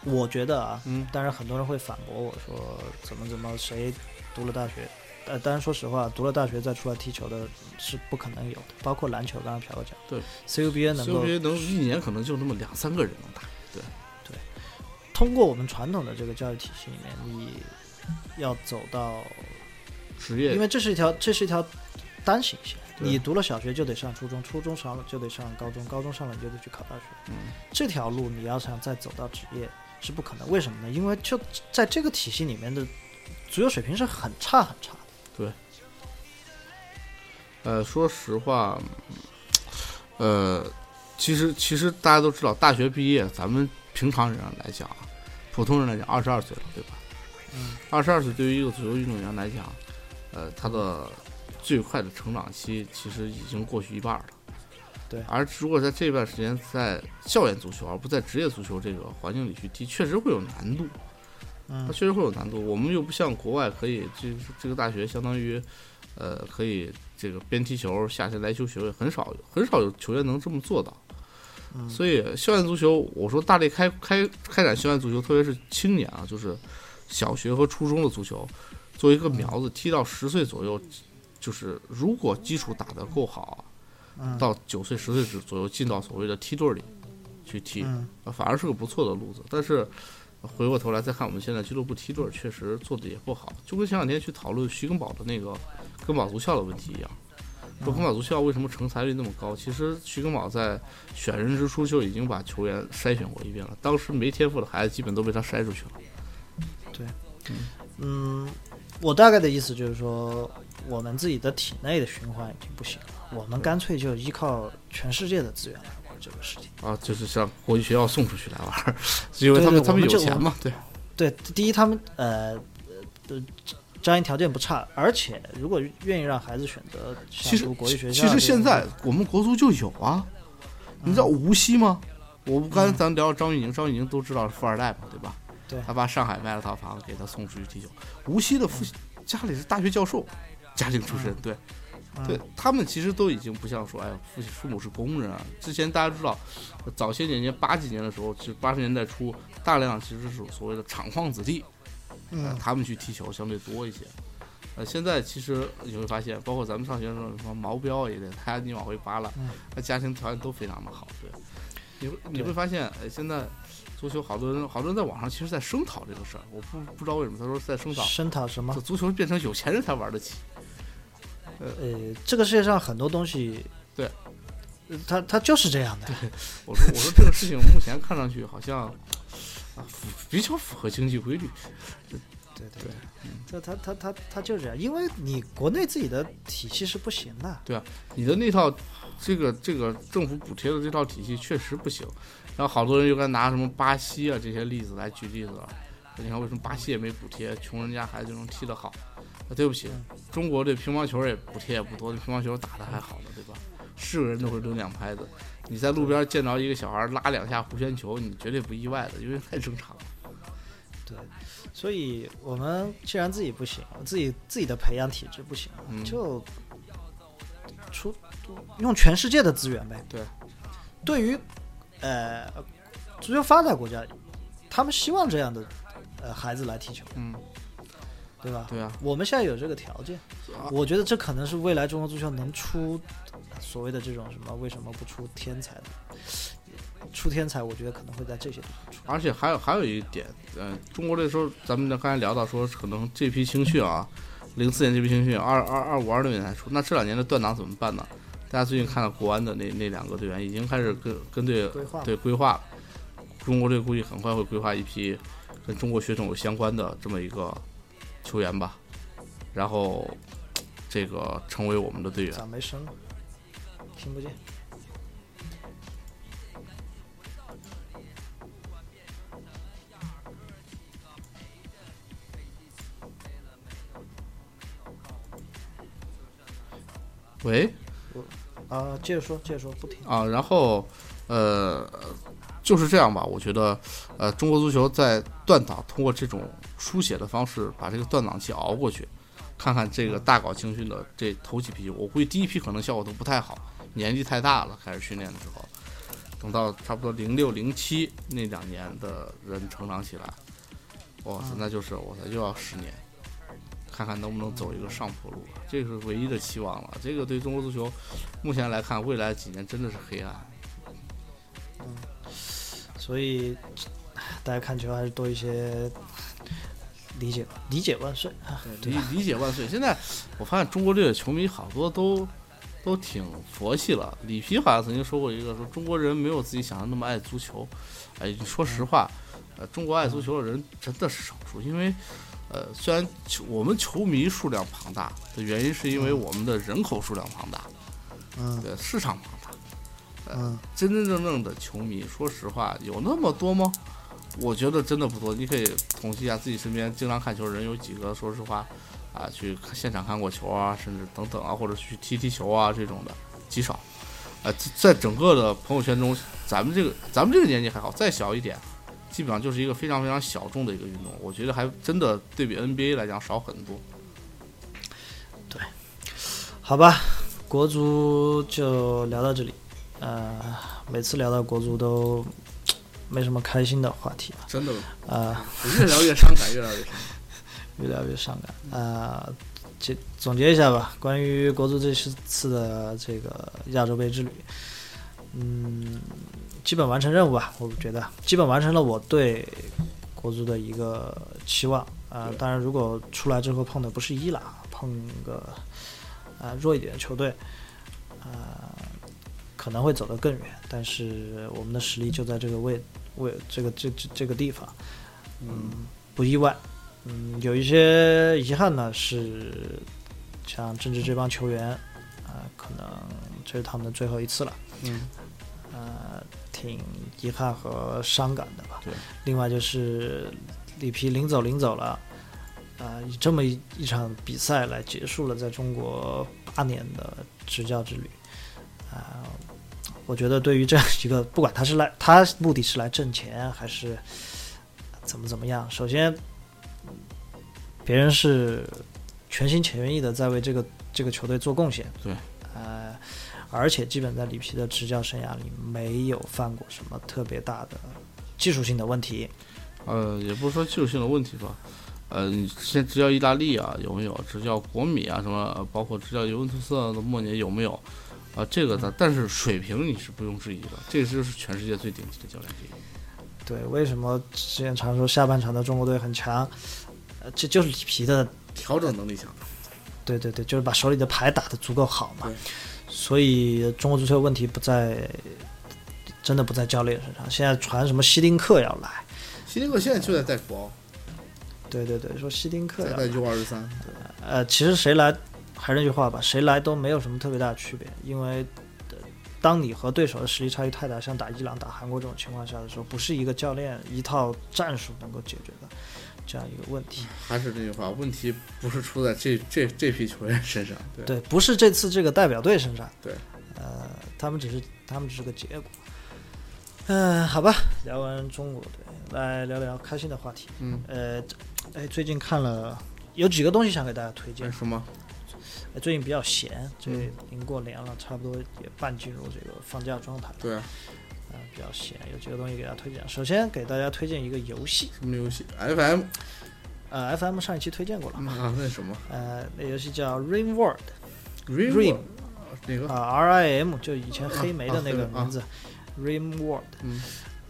我觉得啊，嗯，当然很多人会反驳我说怎么怎么谁读了大学，呃，当然说实话，读了大学再出来踢球的是不可能有的，包括篮球，刚刚朴哥讲，对，CUBA 能够 CBA 能一年可能就那么两三个人能打，通过我们传统的这个教育体系里面，你要走到，职业因为这是一条这是一条单行线，对你读了小学就得上初中，初中上了就得上高中，高中上了你就得去考大学。嗯这条路你要想再走到职业是不可能，为什么呢？因为就在这个体系里面的足球水平是很差很差的。呃，说实话，呃，其实其实大家都知道，大学毕业，咱们平常人来讲，啊普通人来讲，二十二岁了，对吧？嗯，二十二岁对于一个足球运动员来讲，呃，他的最快的成长期其实已经过去一半了。对而如果在这段时间在校园足球，而不在职业足球这个环境里去踢，确实会有难度。它嗯确实会有难度。我们又不像国外可以这这个大学相当于，呃，可以这个边踢球夏天来修学位，很少有很少有球员能这么做到。嗯，所以校园足球，我说大力开开开展校园足球，特别是青年啊，就是小学和初中的足球，作嗯为一个苗子，踢到十岁左右，就是如果基础打得够好，嗯到九岁十岁左左右进到所谓的梯队里去踢。嗯啊，反而是个不错的路子。但是回过头来再看我们现在俱乐部梯队，确实做的也不好。就跟前两天去讨论徐根宝的那个根宝足校的问题一样，嗯说根宝足校为什么成才率那么高？其实徐根宝在选人之初就已经把球员筛选过一遍了，当时没天赋的孩子基本都被他筛出去了。嗯，我大概的意思就是说，我们自己的体内的循环已经不行了，我们干脆就依靠全世界的资源来玩这个事情。啊，就是像国际学校送出去来玩儿， 因为对他们对他我们有这钱嘛，对，对，第一他们呃呃家庭条件不差，而且如果愿意让孩子选择其想实读国际学校其这种，嗯实现在我们国足就有啊，你知道无锡吗？我嗯们刚才咱聊张玉宁，张玉宁都知道是富二代嘛，对吧？对他爸上海卖了套房，给他送出去踢球。无锡的父家里是大学教授，家庭出身，对嗯对，他们其实都已经不像说，哎呀，父父母是工人啊。之前大家知道，早些年间八几年的时候，就八十年代初，大量其实是所谓的厂矿子弟，呃嗯他们去踢球相对多一些。呃，现在其实你会发现，包括咱们上学的时候，什么毛标也得，他你往回扒拉嗯，他家庭条件都非常的好，对。你会你会发现，哎，现在足球好多人，好多人在网上其实在声讨这个事儿，我不不知道为什么，他说在声讨，声讨什么这？足球变成有钱人才玩得起，呃，这个世界上很多东西，对呃，它它就是这样的。我说我说这个事情目前看上去好像啊符比较符合经济规律，对嗯对对，这它它它它就是这样，因为你国内自己的体系是不行的。你的那套这个这个政府补贴的这套体系确实不行。然后好多人又该拿什么巴西啊这些例子来举例子了。你看为什么巴西也没补贴，穷人家孩子就能踢得好？啊，对不起，中国这乒乓球也补贴也不多，这乒乓球打得还好呢，对吧？是个人都会抡两拍子。你在路边见着一个小孩拉两下弧旋球，你绝对不意外的，因为太正常了。对，所以我们既然自己不行，自己自己的培养体制不行，嗯就出用全世界的资源呗。对，对于呃足球发达国家，他们希望这样的呃孩子来踢球，嗯，对吧？对啊，我们现在有这个条件，啊我觉得这可能是未来中国足球能出所谓的这种什么为什么不出天才的，出天才，我觉得可能会在这些地方出。而且还有还有一点，呃，中国这时候咱们刚才聊到说，可能这批青训啊，零四年这批青训二二二五二六年才出，那这两年的断档怎么办呢？大家最近看到国安的那那两个队员已经开始跟跟队规划对规划了，中国队估计很快会规划一批跟中国血统有相关的这么一个球员吧，然后这个成为我们的队员。咋没声了？听不见。喂，啊，接着说，接着说，不听。啊，然后呃，就是这样吧。我觉得，呃，中国足球在断档，通过这种书写的方式，把这个断档期熬过去，看看这个大搞青训的这头几批。我估计第一批可能效果都不太好，因年纪太大了，开始训练的时候，等到差不多零六零七那两年的人成长起来，哇塞，嗯那就是我操，又要十年，看看能不能走一个上坡路，这是唯一的期望了。这个对中国足球目前来看，未来几年真的是黑暗。啊所以唉大家看球还是多一些理解吧，理解万岁啊！对理理解万岁。现在我发现中国队的球迷好多都都挺佛系了。里皮好像曾经说过一个，说中国人没有自己想象那么爱足球。哎，说实话，呃，中国爱足球的人真的是少数，因为呃，虽然球我们球迷数量庞大的原因，是因为我们的人口数量庞大，嗯对市场庞大。嗯真真正正的球迷，说实话，有那么多吗？我觉得真的不多。你可以统计一下自己身边经常看球的人有几个，说实话，啊，去看现场看过球啊，甚至等等啊，或者去踢踢球啊这种的极少。呃，在在整个的朋友圈中，咱们这个咱们这个年纪还好，再小一点，基本上就是一个非常非常小众的一个运动。我觉得还真的对比 NBA 来讲少很多。好吧，国足就聊到这里。呃，每次聊到国足都没什么开心的话题真的，啊、呃我 越聊越伤感，越聊越伤感。越聊越伤感。呃，这总结一下吧，关于国足这次的这个亚洲杯之旅，嗯，基本完成任务吧，我觉得基本完成了我对国足的一个期望。啊、对当然如果出来之后碰的不是伊朗，碰个啊、呃弱一点的球队，啊、可能会走得更远，但是我们的实力就在这个位位这个这这这个地方，嗯，不意外。嗯，有一些遗憾呢，是像郑智这帮球员啊、可能这是他们的最后一次了，嗯，呃，挺遗憾和伤感的吧。对。另外就是里皮临走临走了，啊、以这么一一场比赛来结束了在中国八年的执教之旅，啊、我觉得对于这样一个，不管他是来他目的是来挣钱还是怎么怎么样，首先别人是全心全意的在为这个这个球队做贡献，对，呃，而且基本在里皮的执教生涯里没有犯过什么特别大的技术性的问题，呃，也不是说技术性的问题吧，呃，你现在执教意大利啊有没有？执教国米啊什么，呃包括执教尤文图斯啊的末年有没有？啊、这个嗯的，但是水平你是不用质疑的，这个就是全世界最顶级的教练之一。对，为什么之前常说下半场的中国队很强？呃，这就是里皮的，调整能力强，对对对，就是把手里的牌打得足够好嘛对。所以中国足球的问题不在，真的不在教练身上。现在传什么希丁克要来，希林克现在就在带国奥，对对对，说希丁克在啊要带来， U 二十三，呃，其实谁来，还是那句话吧，谁来都没有什么特别大的区别，因为。呃当你和对手的实力差距太大，像打伊朗、打韩国这种情况下的时候，不是一个教练一套战术能够解决的这样一个问题。还是那句话，问题不是出在这这这批球员身上，嗯对，对，不是这次这个代表队身上。对，呃，他们只是他们只是个结果。嗯、好吧，聊完中国队，来聊聊开心的话题。嗯，呃，哎，最近看了有几个东西想给大家推荐为。什么？哎最近比较闲，这嗯临过年了，差不多也半进入这个放假状态了。对啊，嗯、比较闲，有几个东西给大家推荐。首先给大家推荐一个游戏，什么游戏？FM 呃，FM 上一期推荐过了。啊，那什么呃，那游戏叫 Rim World， Rim 哪个？啊，RIM 就以前黑莓的那个嗯啊名字、r i m World，嗯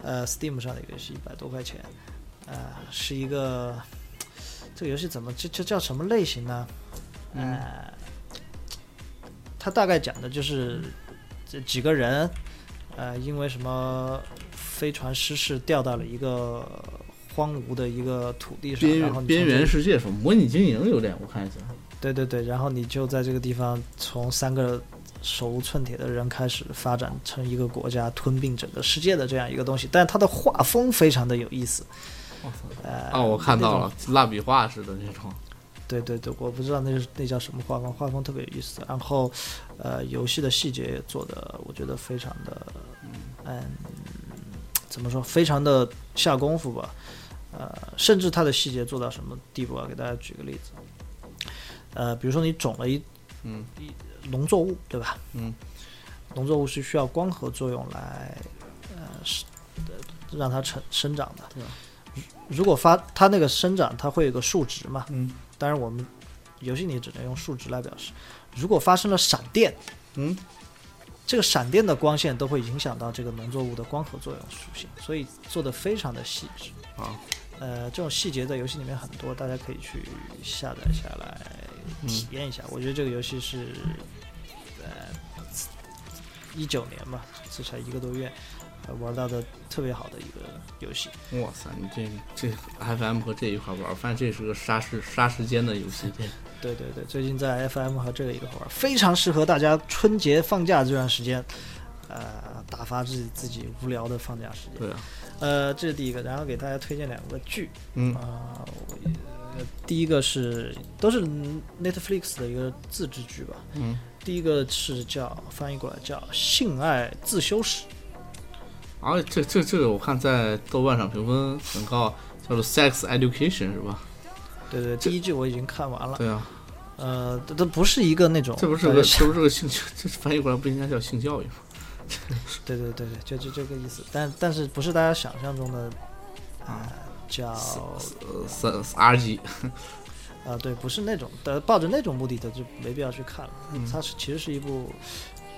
呃，Steam 上的一个游戏，一百多块钱，呃，是一个这个游戏怎么这这叫什么类型呢？嗯哎呃，它大概讲的就是这几个人，呃，因为什么飞船失事掉到了一个荒芜的一个土地上，然后边你边从这缘世界是吧？模拟经营有点，我看一下。对对对，然后你就在这个地方从三个手无寸铁的人开始发展成一个国家，吞并整个世界的这样一个东西，但它的画风非常的有意思。我操！呃，哦啊，我看到那种。了，蜡笔画似的那种。对对对，我不知道那是那叫什么画风，画风特别有意思。然后，呃，游戏的细节也做的，我觉得非常的，嗯，怎么说，非常的下功夫吧。呃，甚至它的细节做到什么地步啊？给大家举个例子，呃，比如说你种了一嗯农作物，对吧？嗯。农作物是需要光合作用来呃是呃让它成生长的。对啊如如果发它那个生长，它会有个数值嘛？嗯当然我们游戏里只能用数值来表示。如果发生了闪电，嗯，这个闪电的光线都会影响到这个农作物的光合作用属性，所以做的非常的细致啊。呃，这种细节在游戏里面很多，大家可以去下载下来体验一下。我觉得这个游戏是，呃，一九年吧，这才一个多月，呃玩到的特别好的一个游戏。哇塞，你这这 FM 和这一块玩儿，我发现这是个杀时杀时间的游戏。对对对，最近在 FM 和这个一块玩，非常适合大家春节放假这段时间，呃，打发自己自己无聊的放假时间。对啊，呃，这是第一个，然后给大家推荐两个剧嗯啊、我呃第一个是都是 Netflix 的一个自制剧吧，嗯，第一个是叫翻译过来叫《性爱自修室》，而这这这个我看在豆瓣上评分很高，叫做 Sex Education 是吧？对对，第一季我已经看完了，对啊，呃，这这不是一个那种，呃这不是大家个想这不是个性，这翻译过来不应该叫性教育吗？对对对对，就就这个意思，但但是不是大家想象中的，啊呃，叫呃，三 R G 啊，对，不是那种的，抱着那种目的的就没必要去看了。嗯它是其实是一部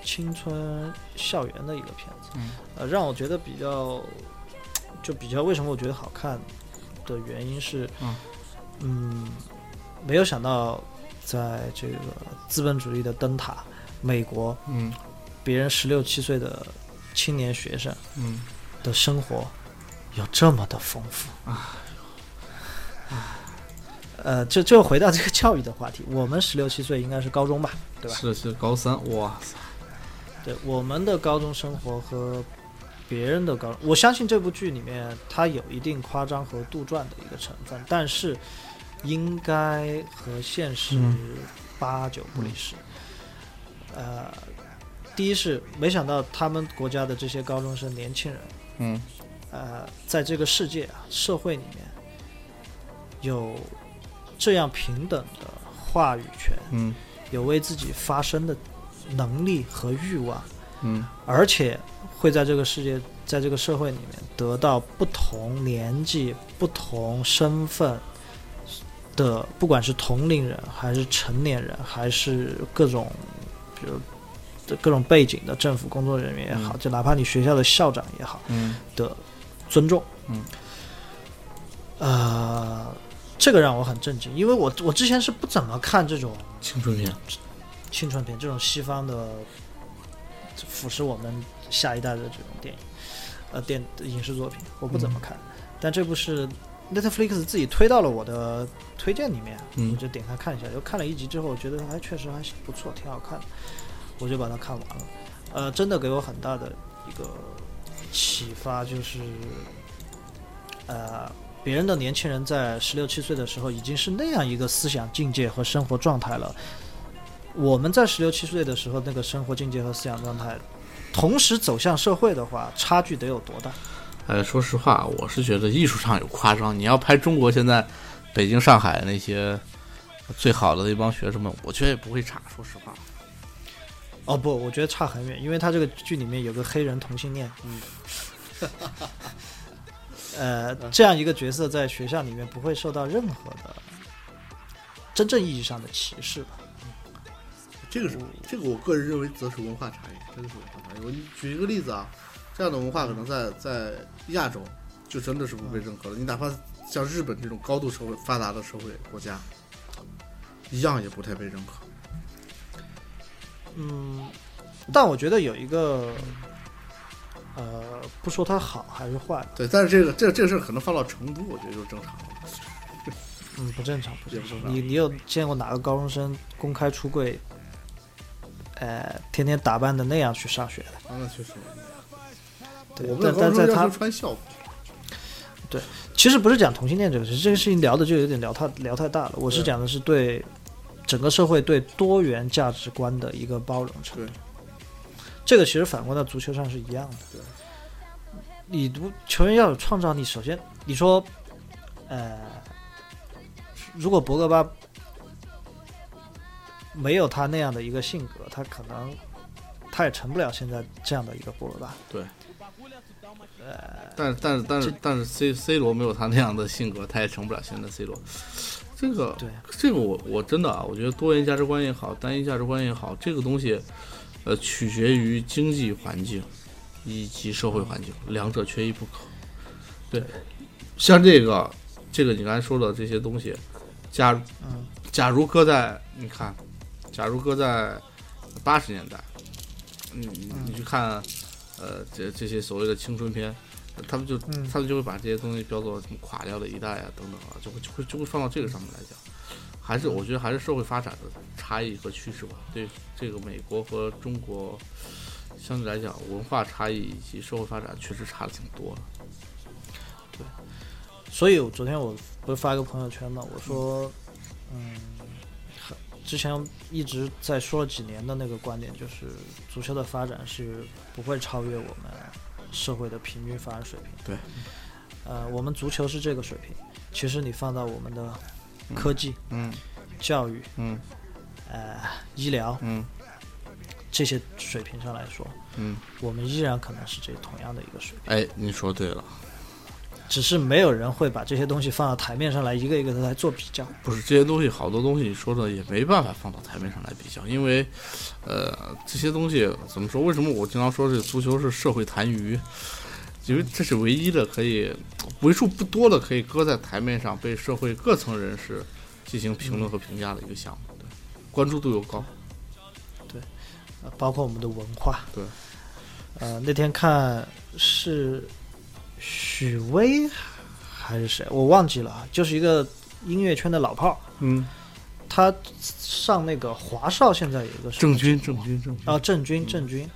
青春校园的一个片子，嗯呃，让我觉得比较，就比较为什么我觉得好看的原因是，嗯嗯没有想到在这个资本主义的灯塔美国，嗯别人十六七岁的青年学生嗯，的生活有这么的丰富呃，就就回到这个教育的话题，我们十六七岁应该是高中吧？对吧是的，是高三，哇塞，对，我们的高中生活和别人的高，我相信这部剧里面它有一定夸张和杜撰的一个成分，但是应该和现实嗯八九不离十。呃，第一是没想到他们国家的这些高中生年轻人，嗯呃，在这个世界啊社会里面，有这样平等的话语权，嗯有为自己发声的能力和欲望，嗯而且会在这个世界，在这个社会里面得到不同年纪、不同身份的，呃不管是同龄人，还是成年人，还是各种，比如的各种背景的政府工作人员也好，嗯就哪怕你学校的校长也好。嗯的尊重。嗯，呃，这个让我很震惊，因为我我之前是不怎么看这种青春片，青春片，这种西方的腐蚀我们下一代的这种电影，呃，电影视作品，我不怎么看。但这部是 Netflix 自己推到了我的推荐里面，嗯我就点开看一下，就看了一集之后，我觉得还确实还是不错，挺好看的，我就把它看完了。呃，真的给我很大的一个启发，就是呃，别人的年轻人在十六七岁的时候已经是那样一个思想境界和生活状态了。我们在十六七岁的时候，那个生活境界和思想状态，同时走向社会的话，差距得有多大？哎，说实话，我是觉得艺术上有夸张。你要拍中国现在北京、上海那些最好的那帮学生们，我觉得也不会差。说实话，哦不，我觉得差很远，因为他这个剧里面有个黑人同性恋，嗯， 呃，这样一个角色在学校里面不会受到任何的真正意义上的歧视吧？这个是这个，我个人认为则是文化差异，真的是文化差异。我举一个例子啊，这样的文化可能在在亚洲就真的是不被认可了。你哪怕像日本这种高度社会发达的社会国家，一样也不太被认可。嗯，但我觉得有一个，呃，不说它好还是坏，对，但是这个这这个事儿可能放到成都，我觉得就正常了。嗯，不正常，不正也不正常。你你有见过哪个高中生公开出柜，呃，天天打扮的那样去上学的？啊，那确实，对我，们的但高但中在要他求穿校服，其实不是讲同性恋这个事，这个事情聊的就有点聊太聊太大了。我是对啊讲的是对整个社会对多元价值观的一个包容程度对。这个其实反观到足球上是一样的。对，你不球员要有创造力，首先你说，呃，如果博格巴没有他那样的一个性格，他可能他也成不了现在这样的一个波罗大。对，呃，但是但是但是但是 C C 罗没有他那样的性格，他也成不了现在 C 罗。这个啊对，这个我我真的啊，我觉得多元价值观也好，单一价值观也好，这个东西，呃，取决于经济环境以及社会环境，两者缺一不可。对，像这个这个你刚才说的这些东西，假嗯，假如搁在你看，假如搁在八十年代，你你嗯你去看，呃，这这些所谓的青春片，他们就、嗯他们就会把这些东西标作什么垮掉的一代啊等等啊，就会就会就会放到这个上面来讲。还嗯是我觉得还是社会发展的差异和趋势吧。对这个美国和中国相对来讲，文化差异以及社会发展确实差的挺多的。所以我昨天我不是发个朋友圈嘛，我说，嗯，很之前一直在说了几年的那个观点就是，足球的发展是不会超越我们社会的平均发展水平。对，呃，我们足球是这个水平，其实你放到我们的科技、嗯教育、嗯呃医疗嗯这些水平上来说，嗯，我们依然可能是这同样的一个水平。哎，你说对了，只是没有人会把这些东西放到台面上来一个一个的来做比较。不是这些东西，好多东西你说的也没办法放到台面上来比较，因为，呃，这些东西怎么说？为什么我经常说这足球是社会痰盂？因为这是唯一的可以为数不多的可以搁在台面上被社会各层人士进行评论和评价的一个项目，对，关注度又高，呃包括我们的文化。对。呃，那天看是许巍还是谁，我忘记了啊，就是一个音乐圈的老炮儿，嗯，他上那个华少，现在有一个什么郑钧，郑钧，郑钧，啊，郑钧，郑钧，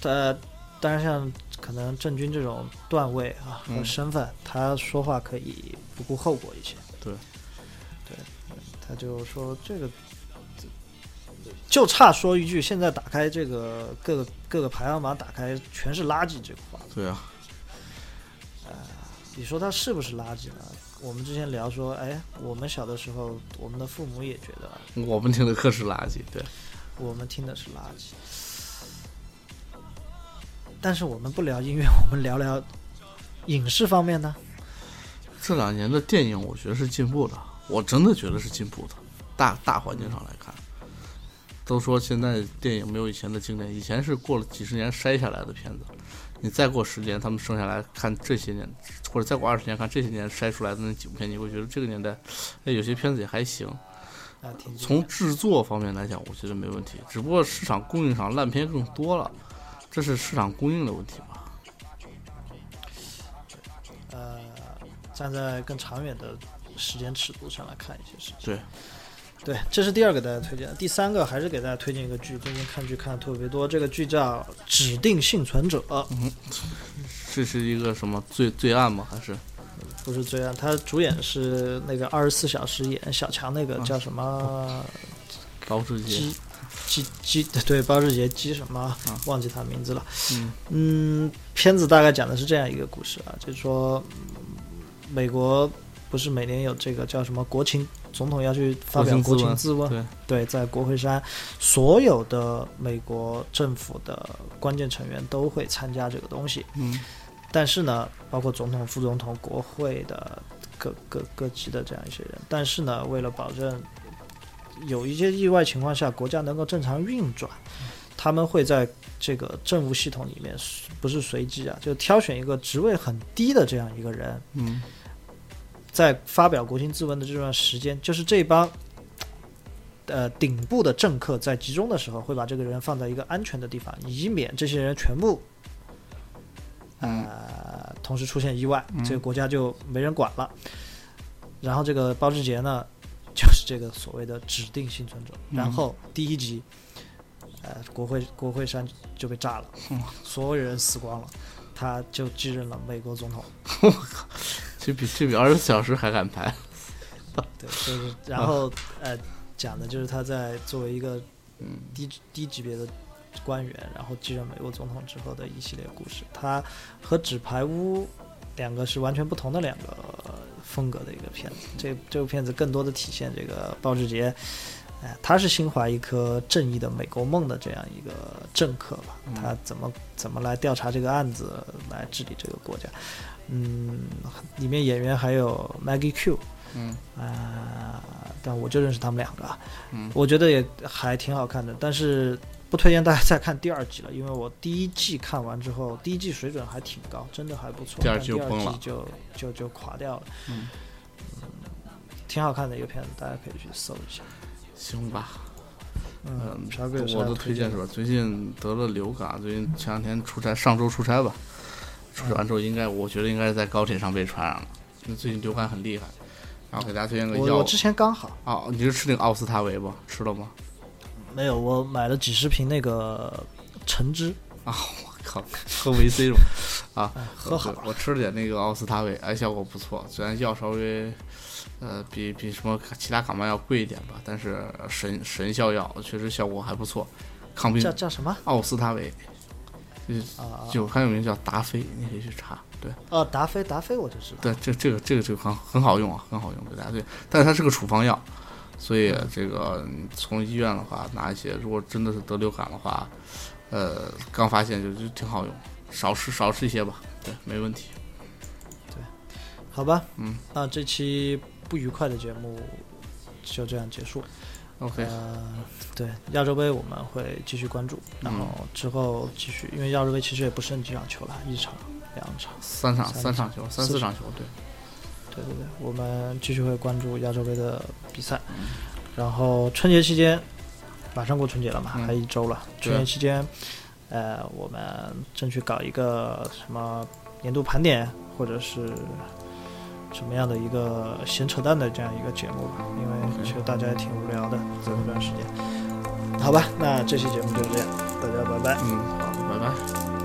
他当然像可能郑钧这种段位啊和嗯身份，他说话可以不顾后果一些。对，对，他就说这个就差说一句，现在打开这个各个各个排行榜，打开全是垃圾这个话。对啊，你说它是不是垃圾呢？我们之前聊说，哎，我们小的时候，我们的父母也觉得我们听的课是垃圾，对，我们听的是垃圾。但是我们不聊音乐，我们聊聊影视方面呢。这两年的电影，我觉得是进步的，我真的觉得是进步的。大大环境上来看，都说现在电影没有以前的经典，以前是过了几十年筛下来的片子，你再过十年，他们剩下来看这些年，或者再过二十年看这些年筛出来的那几部片，你会觉得这个年代，哎，有些片子也还行。啊，挺经从制作方面来讲，我觉得没问题，只不过市场供应上烂片更多了，这是市场供应的问题吧？呃，站在更长远的时间尺度上来看一些事情。对，对，这是第二个大家推荐的。第三个还是给大家推荐一个剧，最近看剧看的特别多，这个剧叫《指定幸存者》，这是一个什么罪罪案吗？还是不是这样，他主演是那个二十四小时演小强那个叫什么？高志杰？鸡鸡鸡， 对，包志杰鸡什么，忘记他名字了。嗯嗯片子大概讲的是这样一个故事啊，就是说、嗯美国不是每年有这个叫什么国情，总统要去发表国国情情咨文，对。对，在国会山，所有的美国政府的关键成员都会参加这个东西。嗯但是呢，包括总统、副总统、国会的各各各级的这样一些人，但是呢，为了保证有一些意外情况下国家能够正常运转，他们会在这个政务系统里面不是随机啊，就挑选一个职位很低的这样一个人，嗯在发表国情咨文的这段时间，就是这帮。呃，顶部的政客在集中的时候，会把这个人放在一个安全的地方，以免这些人全部呃，同时出现意外，这个国家就没人管了。然后这个包志杰呢， 就是这个所谓的指定幸存者。然后第一集，呃，国会国会山就被炸了，所有人死光了，他就继任了美国总统。这比这比二十四小时还敢拍，对，就是然后呃，讲的就是他在作为一个低低级别的官员，然后继任美国总统之后的一系列故事。他和《纸牌屋》两个是完全不同的两个风格的一个片子。这这部片子更多的体现这个鲍志杰，哎，他是心怀一颗正义的美国梦的这样一个政客吧，嗯他怎么怎么来调查这个案子，来治理这个国家。嗯，里面演员还有 Maggie Q，嗯啊、但我就认识他们两个啊，嗯我觉得也还挺好看的，但是不推荐大家再看第二季了，因为我第一季看完之后，第一季水准还挺高，真的还不错，第但二第季就崩了季就就就垮掉了，嗯嗯挺好看的一个片子，大家可以去搜一下。行吧。嗯嗯，啥鬼？我的推荐是吧？最近得了流感，最近前两天出差，上周出差吧，出差完之后应该，我觉得应该是在高铁上被传染了。那最近流感很厉害，然后给大家推荐个我药我之前刚好哦，你是吃那个奥司他韦吧？吃了吗？没有，我买了几十瓶那个橙汁，啊哎我靠，喝维 C 吧？啊，喝好对我吃了点那个奥司他韦，哎，效果不错，虽然药稍微。呃，比比什么其他感冒药贵一点吧，但是神神效药确实效果还不错，抗病叫叫什么奥司他韦，啊？嗯就很有名叫达菲，你可以去查。对哦，达菲，达菲我就知道。对，这这个这个这个很很好用啊，很好用，给大家对。但是它是个处方药，所以这个你从医院的话拿一些，如果真的是得流感的话，呃，刚发现就就挺好用，少吃少吃一些吧，对，没问题。好吧，嗯，那这期不愉快的节目就这样结束。 OK，呃，对，亚洲杯我们会继续关注，然嗯后之后继续，因为亚洲杯其实也不剩几场球了，一场、两场，三场三三场球，三四场球，对，对对对，我们继续会关注亚洲杯的比赛。然后春节期间，马上过春节了嘛，嗯还一周了。对春节期间，呃，我们争取搞一个什么年度盘点，或者是什么样的一个闲扯淡的这样一个节目吧，因为其实大家也挺无聊的，这么段时间。好吧，那这期节目就是这样，大家拜拜。嗯嗯，好，拜拜。拜拜。